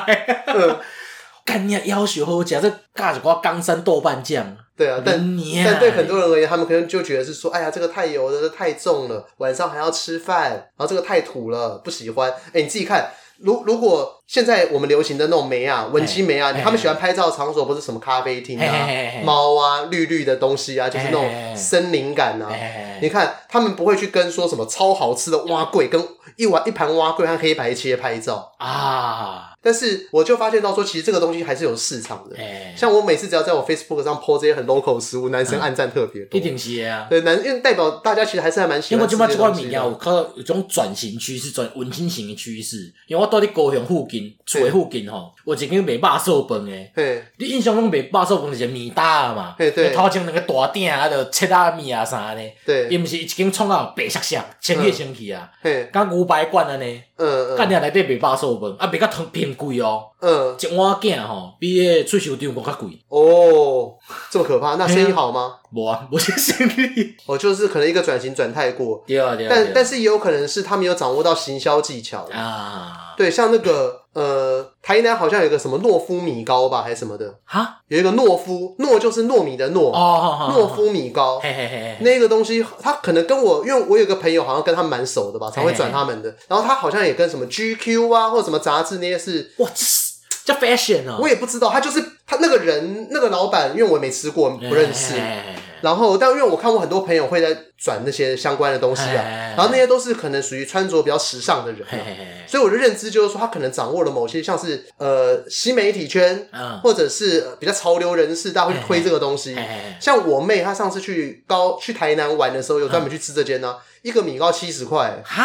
Speaker 1: 嗯，
Speaker 2: 干你要求好假，这尬着瓜冈山豆瓣酱，
Speaker 1: 对啊，但
Speaker 2: 你啊
Speaker 1: 但对很多人而言，他们可能就觉得是说，哎呀，这个太油了，这太重了，晚上还要吃饭，然后这个太土了，不喜欢。哎，你自己看，如如果现在我们流行的那种美啊，文青美啊，
Speaker 2: 哎
Speaker 1: 他们喜欢拍照的场所不是什么咖啡厅
Speaker 2: 嘿嘿
Speaker 1: 啊
Speaker 2: 嘿嘿、
Speaker 1: 猫啊、绿绿的东西啊，就是那种
Speaker 2: 哎哎哎
Speaker 1: 森林感啊。
Speaker 2: 哎
Speaker 1: 你看，他们不会去跟说什么超好吃的蛙桂跟一碗一盘蛙桂和黑白切拍照，
Speaker 2: 啊，
Speaker 1: 但是我就发现到说，其实这个东西还是有市场的。
Speaker 2: 哎，
Speaker 1: 像我每次只要在我 Facebook 上 po 这些很 local 的食物，男生暗赞特别多。
Speaker 2: 嗯一定是的啊。
Speaker 1: 对，男因为代表大家其实还是还蛮喜
Speaker 2: 因
Speaker 1: 欢
Speaker 2: 为我
Speaker 1: 吃
Speaker 2: 即
Speaker 1: 这
Speaker 2: 摆
Speaker 1: 些
Speaker 2: 即款
Speaker 1: 东
Speaker 2: 物
Speaker 1: 西
Speaker 2: 件
Speaker 1: 的。
Speaker 2: 有较有种转型趋势，转文青型的趋势。因为我住伫高雄附近，厝的附近吼，有一间卖肉寿饭的。
Speaker 1: 嘿，
Speaker 2: 你印象中卖肉寿饭就是面搭的嘛，
Speaker 1: 嘿对
Speaker 2: 头前两个大鼎啊，就切啊面啊啥呢？伊
Speaker 1: 对，
Speaker 2: 毋是一间创啊白色色，清气清气啊，
Speaker 1: 嘿，
Speaker 2: 甲牛排馆安尼，
Speaker 1: 嗯
Speaker 2: 干
Speaker 1: 嗯
Speaker 2: 了内底卖肉寿饭，啊卖甲通偏贵哦，
Speaker 1: 嗯，
Speaker 2: 一碗囝吼比迄出售场搁较贵。
Speaker 1: 哦，这么可怕？
Speaker 2: 嗯
Speaker 1: 那生意好吗？
Speaker 2: 无啊，无啥生理。
Speaker 1: 哦，就是可能一个转型转太过，
Speaker 2: 对啊对啊。
Speaker 1: 但但
Speaker 2: 是
Speaker 1: 是也有可能是他们有掌握到行销技巧。
Speaker 2: 啊，
Speaker 1: 对，像那个呃，台南好像有一个什么诺夫米糕吧，还是什么的，
Speaker 2: 哈
Speaker 1: 有一个诺夫，诺就是糯米的
Speaker 2: 哦
Speaker 1: 糯，
Speaker 2: 好好，好
Speaker 1: 诺，夫米糕。
Speaker 2: 嘿嘿嘿嘿，
Speaker 1: 那个东西，他可能跟我，因为我有个朋友好像跟他们蛮熟的
Speaker 2: 哎
Speaker 1: 吧，常会转他们的。然后他好像也跟什么 GQ 啊，或者什么杂志那些是
Speaker 2: 哇这是这 fashion 哦，
Speaker 1: 我也不知道，他就是他那个人那个老板，因为我也没吃过，不认识。
Speaker 2: 哎
Speaker 1: 然后，但因为我看过很多朋友会在转那些相关的东西啊，
Speaker 2: 哎
Speaker 1: 然后那些都是可能属于穿着比较时尚的人、
Speaker 2: 嘿
Speaker 1: 啊，
Speaker 2: 嘿嘿，
Speaker 1: 所以我的认知就是说，他可能掌握了某些像是呃新媒体圈，
Speaker 2: 嗯，
Speaker 1: 或者是呃比较潮流人士，大家会去推这个东西。
Speaker 2: 嘿嘿
Speaker 1: 像我妹，她上次去高去台南玩的时候，有专门去吃这间呢、一个米糕七十块，
Speaker 2: 哈，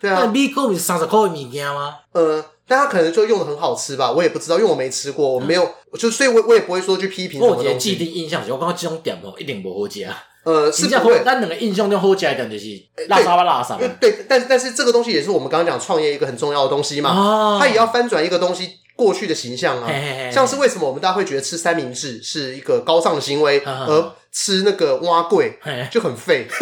Speaker 1: 对啊
Speaker 2: 那美国不是三十块的物件吗？
Speaker 1: 呃，但她可能就用的很好吃吧，我也不知道，因为我没吃过，我没有，
Speaker 2: 嗯
Speaker 1: 就所以我我也不会说去批评
Speaker 2: 我
Speaker 1: 什
Speaker 2: 有
Speaker 1: 么
Speaker 2: 一个
Speaker 1: 东
Speaker 2: 既
Speaker 1: 西，
Speaker 2: 定印象是，我感觉这种店吼一定无好食。
Speaker 1: 呃，是
Speaker 2: 真正
Speaker 1: 不
Speaker 2: 好，
Speaker 1: 会。
Speaker 2: 咱两个印象中好食的店就是垃圾吧垃圾
Speaker 1: 因为
Speaker 2: 嘛。
Speaker 1: 对，但但是这个东西也是我们刚刚讲创业一个很重要的东西嘛，
Speaker 2: 哦
Speaker 1: 它也要翻转一个东西过去的形象啊
Speaker 2: 嘿。嘿嘿
Speaker 1: 像是为什么我们大家会觉得吃三明治是一个高尚的行为，
Speaker 2: 嗯
Speaker 1: 而吃那个蛙桂
Speaker 2: 嘿
Speaker 1: 就很废。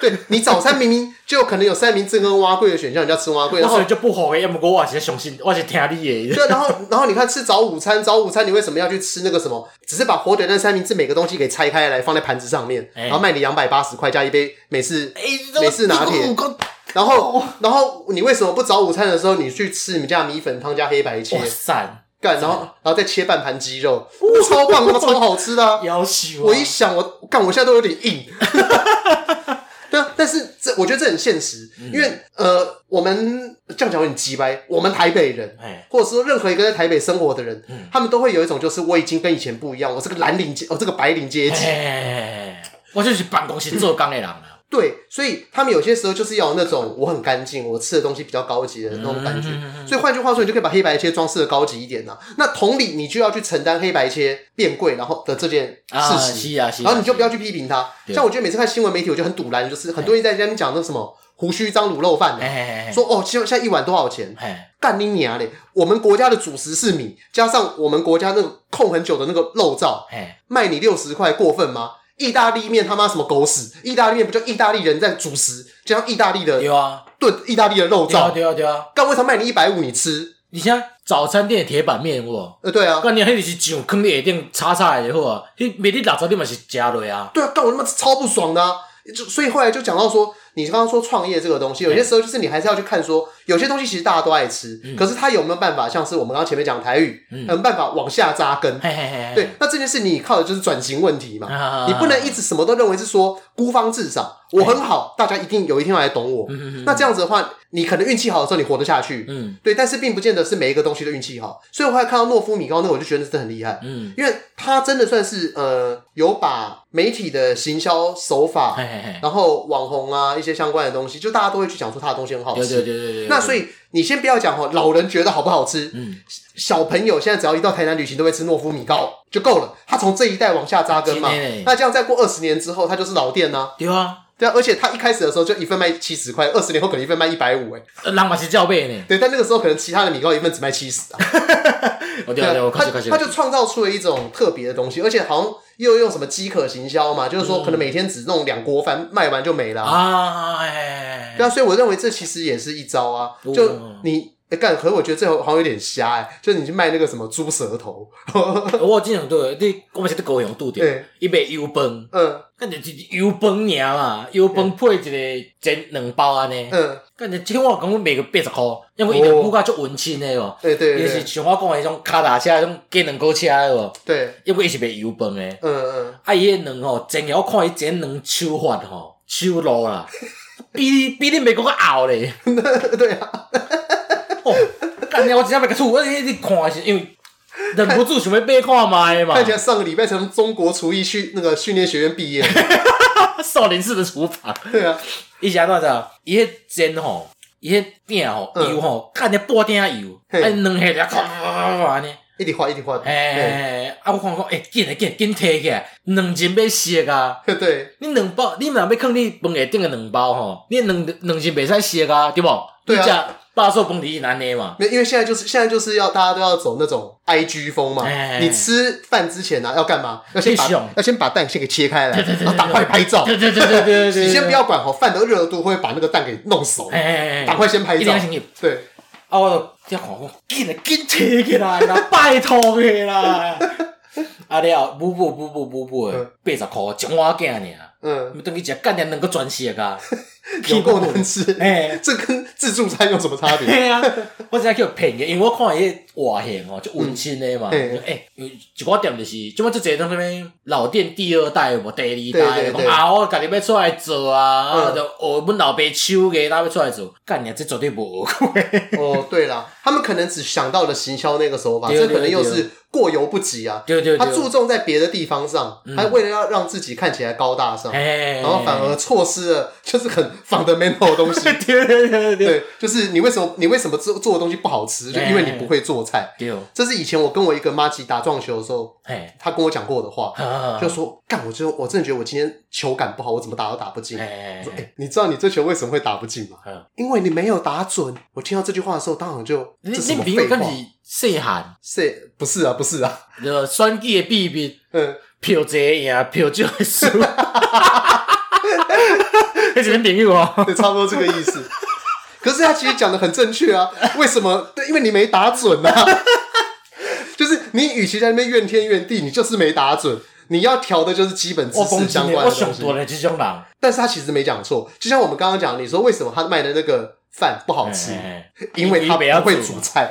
Speaker 1: 对你早餐明明就可能有三明治跟蛙桂的选项，你要吃蛙桂，
Speaker 2: 我
Speaker 1: 然后
Speaker 2: 所以就不好的，要么我也是相信，我是听你的。
Speaker 1: 对，然后然后你看吃早午餐，早午餐你为什么要去吃那个什么？只是把火腿蛋三明治每个东西给拆开来放在盘子上面，
Speaker 2: 哎
Speaker 1: 然后卖你两百八十块加一杯美 式
Speaker 2: 哎，
Speaker 1: 美式拿铁
Speaker 2: 这个五公
Speaker 1: 然后，然后你为什么不早午餐的时候你去吃你们家米粉汤加黑白切
Speaker 2: 哇塞，
Speaker 1: 干，然后然后再切半盘鸡肉，超棒，他妈超好吃的啊、
Speaker 2: 要求
Speaker 1: 我一想我干，我现在都有点硬。 对啊，但是这我觉得这很现实，因为呃，我们这样讲有点鸡掰，我们台北人。
Speaker 2: 哎，
Speaker 1: 或者说任何一个在台北生活的人，他们都会有一种就是我已经跟以前不一样，我这个蓝领阶，我、这个白领 阶级，
Speaker 2: 哎我就是办公室做工的人啊。
Speaker 1: 对，所以他们有些时候就是要有那种我很干净，我吃的东西比较高级的那种感觉。
Speaker 2: 嗯
Speaker 1: 所以换句话说，你就可以把黑白切装饰的高级一点呐、啊那同理，你就要去承担黑白切变贵然后的这件
Speaker 2: 啊，
Speaker 1: 事
Speaker 2: 是
Speaker 1: 实，
Speaker 2: 啊，是啊。
Speaker 1: 然后你就不要
Speaker 2: 是啊
Speaker 1: 去批评他。
Speaker 2: 对
Speaker 1: 像我觉得每次看新闻媒体，我就很堵然，就是很多人在那边讲那什么胡须章卤肉饭的、
Speaker 2: 哎哎哎
Speaker 1: 说哦，现在现在一碗多少钱？
Speaker 2: 哎，
Speaker 1: 干你娘嘞！我们国家的主食是米，加上我们国家那个控很久的那个肉燥，
Speaker 2: 哎，
Speaker 1: 卖你六十块过分吗？意大利面他妈什么狗屎！意大利面不就意大利人在主食，就像意大利的
Speaker 2: 对啊，
Speaker 1: 炖意大利的肉
Speaker 2: 对啊，
Speaker 1: 燥，
Speaker 2: 对啊，对啊。
Speaker 1: 干为啥卖你一百五你吃？
Speaker 2: 而且早餐店的铁板面有无？
Speaker 1: 呃，对啊，
Speaker 2: 干你迄就是上坑你下顶炒炒的就好啊，你每日六十你嘛是食落啊。
Speaker 1: 对啊，干我他妈超不爽的、啊。就所以后来就讲到说，你刚刚说创业这个东西，有些时候就是你还是要去看说，有些东西其实大家都爱吃，
Speaker 2: 嗯
Speaker 1: 可是它有没有办法，像是我们刚刚前面讲的台语，有没有办法往下扎根？
Speaker 2: 嘿嘿嘿，嘿
Speaker 1: 呃对，，那这件事你靠的就是转型问题嘛，
Speaker 2: 啊
Speaker 1: 你不能一直什么都认为是说孤芳自赏，我很好，大家一定有一天要来懂我。那这样子的话，你可能运气好的时候你活得下去，
Speaker 2: 嗯
Speaker 1: 对，但是并不见得是每一个东西都运气好。所以我后来看到诺夫米高那个，我就觉得真的很厉害，
Speaker 2: 嗯，
Speaker 1: 因为他真的算是呃有把媒体的行销手法，
Speaker 2: 嗯嘿嘿嘿，
Speaker 1: 然后网红啊一些相关的东西，就大家都会去讲说他的东西很好吃。
Speaker 2: 对对对对对。
Speaker 1: 哦那所以你先不要讲哦，老人觉得好不好吃，
Speaker 2: 嗯
Speaker 1: 小朋友现在只要一到台南旅行都会吃诺夫米糕就够了。他从这一代往下扎根嘛
Speaker 2: 今天嘞，
Speaker 1: 那这样再过二十年之后，他就是老店呐、
Speaker 2: 对啊，
Speaker 1: 对啊，而且他一开始的时候就一份卖七十块，二十年后可能一份卖一百五，哎，
Speaker 2: 呃人嘛是照买呢。
Speaker 1: 对，但那个时候可能其他的米糕一份只卖七十啊，
Speaker 2: 哦对啊对啊，我开
Speaker 1: 他
Speaker 2: 始开始。
Speaker 1: 他就创造出了一种特别的东西，而且好像又用什么饥渴行销嘛，就是
Speaker 2: 嗯
Speaker 1: 说可能每天只弄两锅饭卖完就没了啊、
Speaker 2: 啊，哎，
Speaker 1: 对啊，所以我认为这其实也是一招啊，
Speaker 2: 哦
Speaker 1: 就你哎、干，可是我觉得这好像有点瞎哎、就是你去卖那个什么猪舌头，
Speaker 2: 我经常对，你我嘛是伫高雄拄着
Speaker 1: 对，
Speaker 2: 伊卖油饭，
Speaker 1: 嗯
Speaker 2: 干就是油饭尔嘛，油饭配一个煎两包安尼，
Speaker 1: 嗯，
Speaker 2: 干就听我讲卖个八十箍，因为伊两股较足文青的哦，
Speaker 1: 对对
Speaker 2: 伊
Speaker 1: 对
Speaker 2: 是像我讲的迄种骹踏车，迄种加两箍车的哦，
Speaker 1: 对，
Speaker 2: 因为伊是卖油饭的，
Speaker 1: 嗯嗯，
Speaker 2: 啊伊迄两吼煎的，我看伊煎两手法吼，手路啦， 比你比你卖国较后咧。
Speaker 1: 对啊，
Speaker 2: 哦，干你！我真正袂甲厝，我一直看的是因为忍不住想要买看卖嘛
Speaker 1: 看。起来上个礼拜从中国厨艺训那个训练学院毕业，
Speaker 2: 啊少林寺的厨房，
Speaker 1: 对啊，
Speaker 2: 伊是安怎着？伊迄煎吼，伊迄饼吼
Speaker 1: 嗯
Speaker 2: 油吼，干你半鼎油，啊
Speaker 1: 嘿
Speaker 2: 两下就咔咔咔咔安尼。
Speaker 1: 一直换一直换，哎，
Speaker 2: 哎，啊我看讲，哎，紧啊紧，紧摕起来，两斤要熟啊。
Speaker 1: 对，
Speaker 2: 你两包，你若要放你饭下顶的两包吼，你两两斤袂使熟啊，对无？
Speaker 1: 对啊
Speaker 2: 你食八寿饭是安尼嘛。
Speaker 1: 没有，因为现在就是现在就是要大家都要走那种 I G 风嘛，
Speaker 2: 哎
Speaker 1: 你吃饭之前呢、啊、要干嘛？要先把
Speaker 2: 先想
Speaker 1: 要先把蛋先给切开来，
Speaker 2: 对对对
Speaker 1: 然后
Speaker 2: 对
Speaker 1: 赶快拍照，
Speaker 2: 对对对对对对对。
Speaker 1: 你先不要管好饭的热度会把那个蛋给弄熟，
Speaker 2: 哎，哎哎哎，
Speaker 1: 赶快先拍
Speaker 2: 一
Speaker 1: 照
Speaker 2: 定要，先去
Speaker 1: 对，
Speaker 2: 啊，我就听看讲，紧啊紧摕起来啦，拜托你啦！ 啊了，补补补补补补的
Speaker 1: 嗯，
Speaker 2: 八十箍一碗囝尔，
Speaker 1: 嗯，
Speaker 2: 要等去食干了两个全食 啊，
Speaker 1: 有够难吃，
Speaker 2: 哎，
Speaker 1: 这跟自助餐有什么差 别？
Speaker 2: 嘿啊，我真正叫骗的，因为我看伊外形哦，就温馨的嘛。
Speaker 1: 嗯
Speaker 2: 哎，有一寡店就是，即马即侪种啥物老店第二代无第二
Speaker 1: 对
Speaker 2: 代，
Speaker 1: 对
Speaker 2: 讲
Speaker 1: 对
Speaker 2: 啊，我家己要出来做啊，
Speaker 1: 嗯
Speaker 2: 啊就学阮老爸手艺，咱要出来做，干你这绝对无 学过。
Speaker 1: 哦，对啦，他们可能只想到了行销那个手法，
Speaker 2: 对
Speaker 1: 这
Speaker 2: 对
Speaker 1: 可能又
Speaker 2: 对
Speaker 1: 是过犹不及啊。
Speaker 2: 对对对，
Speaker 1: 他注重在别的地方上
Speaker 2: 嗯，哎
Speaker 1: 他为了要让自己看起来高大上，
Speaker 2: 嘿，。
Speaker 1: 然后反 而错失了就是很 fundamental 的东西
Speaker 2: 对对 对对
Speaker 1: 对，就是你为什么你为什么做做的东西不好吃，就因为
Speaker 2: 哎
Speaker 1: 你不会做菜。
Speaker 2: 对，
Speaker 1: 这是以前我跟我一个妈吉打撞球的时候，
Speaker 2: 嘿，
Speaker 1: 他跟我讲过的话，
Speaker 2: 啊
Speaker 1: 就说干，我就我真的觉得我今天球感不好，我怎么打都打不进。
Speaker 2: 哎
Speaker 1: 我说，哎、你知道你这球为什么会打不进吗？
Speaker 2: 嗯
Speaker 1: 因为你没有打准。我听到这句话的时候，当场就
Speaker 2: 你
Speaker 1: 这什
Speaker 2: 你
Speaker 1: 么
Speaker 2: 朋友
Speaker 1: 废
Speaker 2: 敢
Speaker 1: 话？
Speaker 2: 是细汉，
Speaker 1: 是不是啊？不是啊。
Speaker 2: 就选举的秘密，
Speaker 1: 嗯，
Speaker 2: 票多会赢，票少会输。迄是恁朋友哦，
Speaker 1: 对，差不多这个意思。可是他其实讲的很正确 啊，为什么？对，因为你没打准啊。 就是你与其在那边怨天怨地，你就是没打准。你要调的就是基本知
Speaker 2: 我
Speaker 1: 识
Speaker 2: 讲
Speaker 1: 相
Speaker 2: 真的，
Speaker 1: 关的
Speaker 2: 我
Speaker 1: 东
Speaker 2: 上
Speaker 1: 西。
Speaker 2: 多的这种人，
Speaker 1: 但是他其实没讲错，就像我们刚刚讲，你说为什么他卖的那个饭不
Speaker 2: 哦
Speaker 1: 好吃，
Speaker 2: 嘿嘿
Speaker 1: 因为他
Speaker 2: 因为他
Speaker 1: 不
Speaker 2: 哎不要
Speaker 1: 会
Speaker 2: 煮
Speaker 1: 煮菜，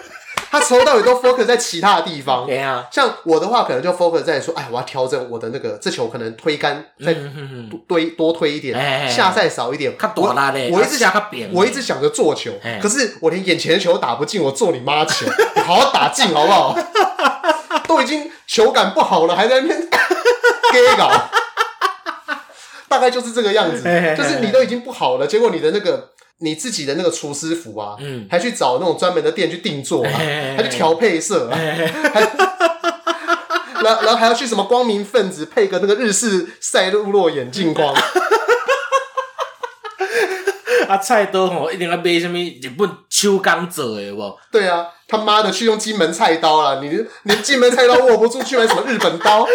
Speaker 1: 他从头到尾都 focus 在其他地方。
Speaker 2: 对啊，
Speaker 1: 像我的话，可能就 focus 在说，哎，我要调整我的那个这球，可能推杆再
Speaker 2: 嗯嗯嗯，
Speaker 1: 多堆多推一
Speaker 2: 哎哎哎
Speaker 1: 点，下赛少一点。
Speaker 2: 较大啦嘞，
Speaker 1: 我我一直
Speaker 2: 想
Speaker 1: 想，
Speaker 2: 较扁，
Speaker 1: 我一直想着做球
Speaker 2: 哎，
Speaker 1: 可是我连眼前的球打不进，我做你妈球，你好好打进好不好？ 都已经球感不好了，还在那边 给搞。大概就是这个样子
Speaker 2: 哎哎哎，
Speaker 1: 就是你都已经不好了，结果你的那个你自己的那个厨师服啊，
Speaker 2: 嗯
Speaker 1: 还去找那种专门的店去定做啊
Speaker 2: 哎哎哎，
Speaker 1: 还去调配色啊，还然后然后还要去什么光明分子配个那个日式赛璐珞眼镜框，
Speaker 2: 啊菜刀吼，一定要买什物日本手工做的有 无？
Speaker 1: 对啊，他妈的去用金门菜刀啦，你连金门菜刀握不住，去买什么日本 刀？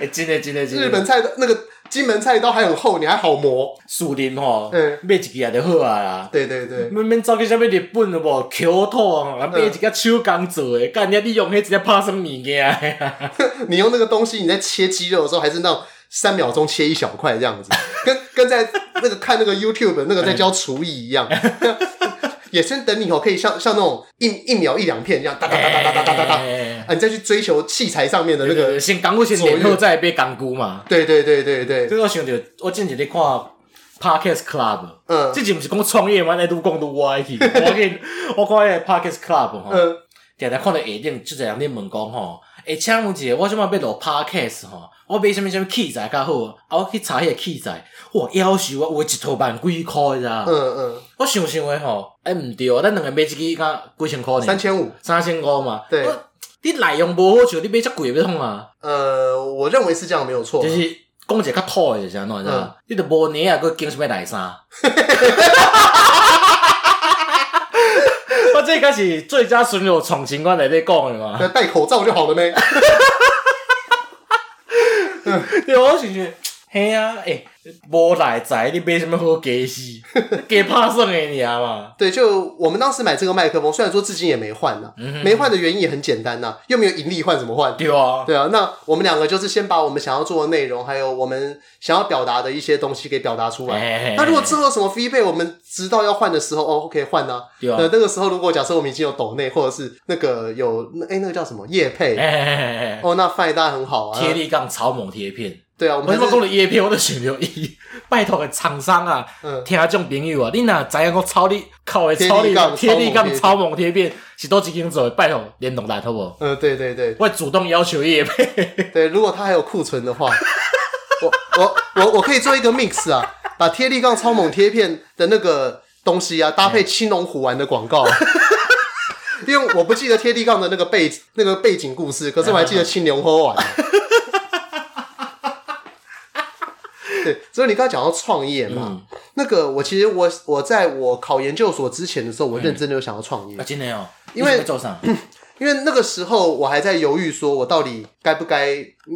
Speaker 2: 哎，真的真的真的，
Speaker 1: 日本菜刀那个金门菜刀还很厚，你还好磨？
Speaker 2: 树林吼，
Speaker 1: 嗯
Speaker 2: 买一支也就好啊啦。
Speaker 1: 对对对，
Speaker 2: 免免走去啥物日本有无？桥土吼，
Speaker 1: 嗯
Speaker 2: 啊买一个手工做诶，干你你用迄一个拍算物件 的，
Speaker 1: 你用那个东西，你在切鸡肉的时候还是那种三秒钟切一小块这样子，跟跟在那个看那个 YouTube 的那个在教厨艺一样。 也先等你哦，可以像像那种一一秒一两片这样哒哒哒哒哒哒哒哒哒，
Speaker 2: 哎
Speaker 1: 啊，你再去追求器材上面的那
Speaker 2: 那
Speaker 1: 个
Speaker 2: 个，先工具先练好再买工具嘛。
Speaker 1: 对对对对对，
Speaker 2: 这我想着，我之前咧看 Parkes Club，
Speaker 1: 嗯
Speaker 2: 之前毋是讲创业嘛，来愈讲愈歪去。我见 我看迄个 Parkes Club 吼，
Speaker 1: 嗯
Speaker 2: 定定看到下顶即个人咧问讲吼，诶，请问一下，我即满要录 Parkes 吼，我买啥物啥物器材较好啊？啊，我去查迄个器材，哇，夭寿啊，有的一套万几箍，你知道吗
Speaker 1: 嗯嗯，
Speaker 2: 我想想诶吼，哎、毋对哦，咱两个买一支敢几千箍呢？
Speaker 1: 三千五，
Speaker 2: 三千五嘛。
Speaker 1: 对
Speaker 2: 我，你内容无好笑，你买遮贵要创啊？
Speaker 1: 呃，我认为是这样没有错
Speaker 2: 就。是讲一个较土诶，就是安怎，你知道
Speaker 1: 嗯
Speaker 2: 吗？你著无年啊，佫经什么内 衫？我这个是最佳损友创新观内底讲诶嘛。
Speaker 1: 那戴口罩就好了咩？
Speaker 2: 对，我想想，嘿啊，诶、无内在，你买什么好鸡死？ 鸡拍算的尔嘛。
Speaker 1: 对，就我们当时买这个麦克风，虽然说至今也没换呢、没换的原因也很简单呐、又没有盈利，换怎么换？
Speaker 2: 嗯对啊，
Speaker 1: 对啊，那我们两个就是先把我们想要做的内容，还有我们想要表达的一些东西给表达出来。
Speaker 2: 哎
Speaker 1: 那如果之后有什么 feedback，我们直到要换的时候，哦，可以换啊。
Speaker 2: 对啊
Speaker 1: 那那个时候，如果假设我们已经有抖内，或者是那个有那哎、那个叫什么叶配，
Speaker 2: 哎哎哎，
Speaker 1: 哦，那翻译当然很好啊。
Speaker 2: 贴力杠草蜢贴片，
Speaker 1: 对啊，我
Speaker 2: 我
Speaker 1: 们
Speaker 2: 他妈
Speaker 1: 还
Speaker 2: 讲
Speaker 1: 是
Speaker 2: 了叶片，我都想到伊。拜托个厂商啊，
Speaker 1: 嗯
Speaker 2: 听众朋友啊，你若知影我草你靠的
Speaker 1: 贴
Speaker 2: 草
Speaker 1: 力
Speaker 2: 你
Speaker 1: 杠
Speaker 2: 贴力
Speaker 1: 草蜢
Speaker 2: 杠
Speaker 1: 贴片
Speaker 2: 草蜢贴片是多一间做的？拜托联动来好无？
Speaker 1: 呃，对对对
Speaker 2: 我会主动要求叶配。
Speaker 1: 对，如果他还有库存的话，我我我我可以做一个 mix 啊，把贴力杠超猛贴片的那个东西啊，搭配青龙虎丸的广告。 因为我不记得贴力杠的那个背那个背景故事，可是我还记得青龙虎丸。啊 对，所以你刚才讲到创业嘛，那个我其实我我在我考研究所之前的时候，我认真的有想要创业
Speaker 2: 啊，，真的哦，
Speaker 1: 因为嗯
Speaker 2: 你是要做啥？
Speaker 1: 因为那个时候我还在犹豫，说我到底该不该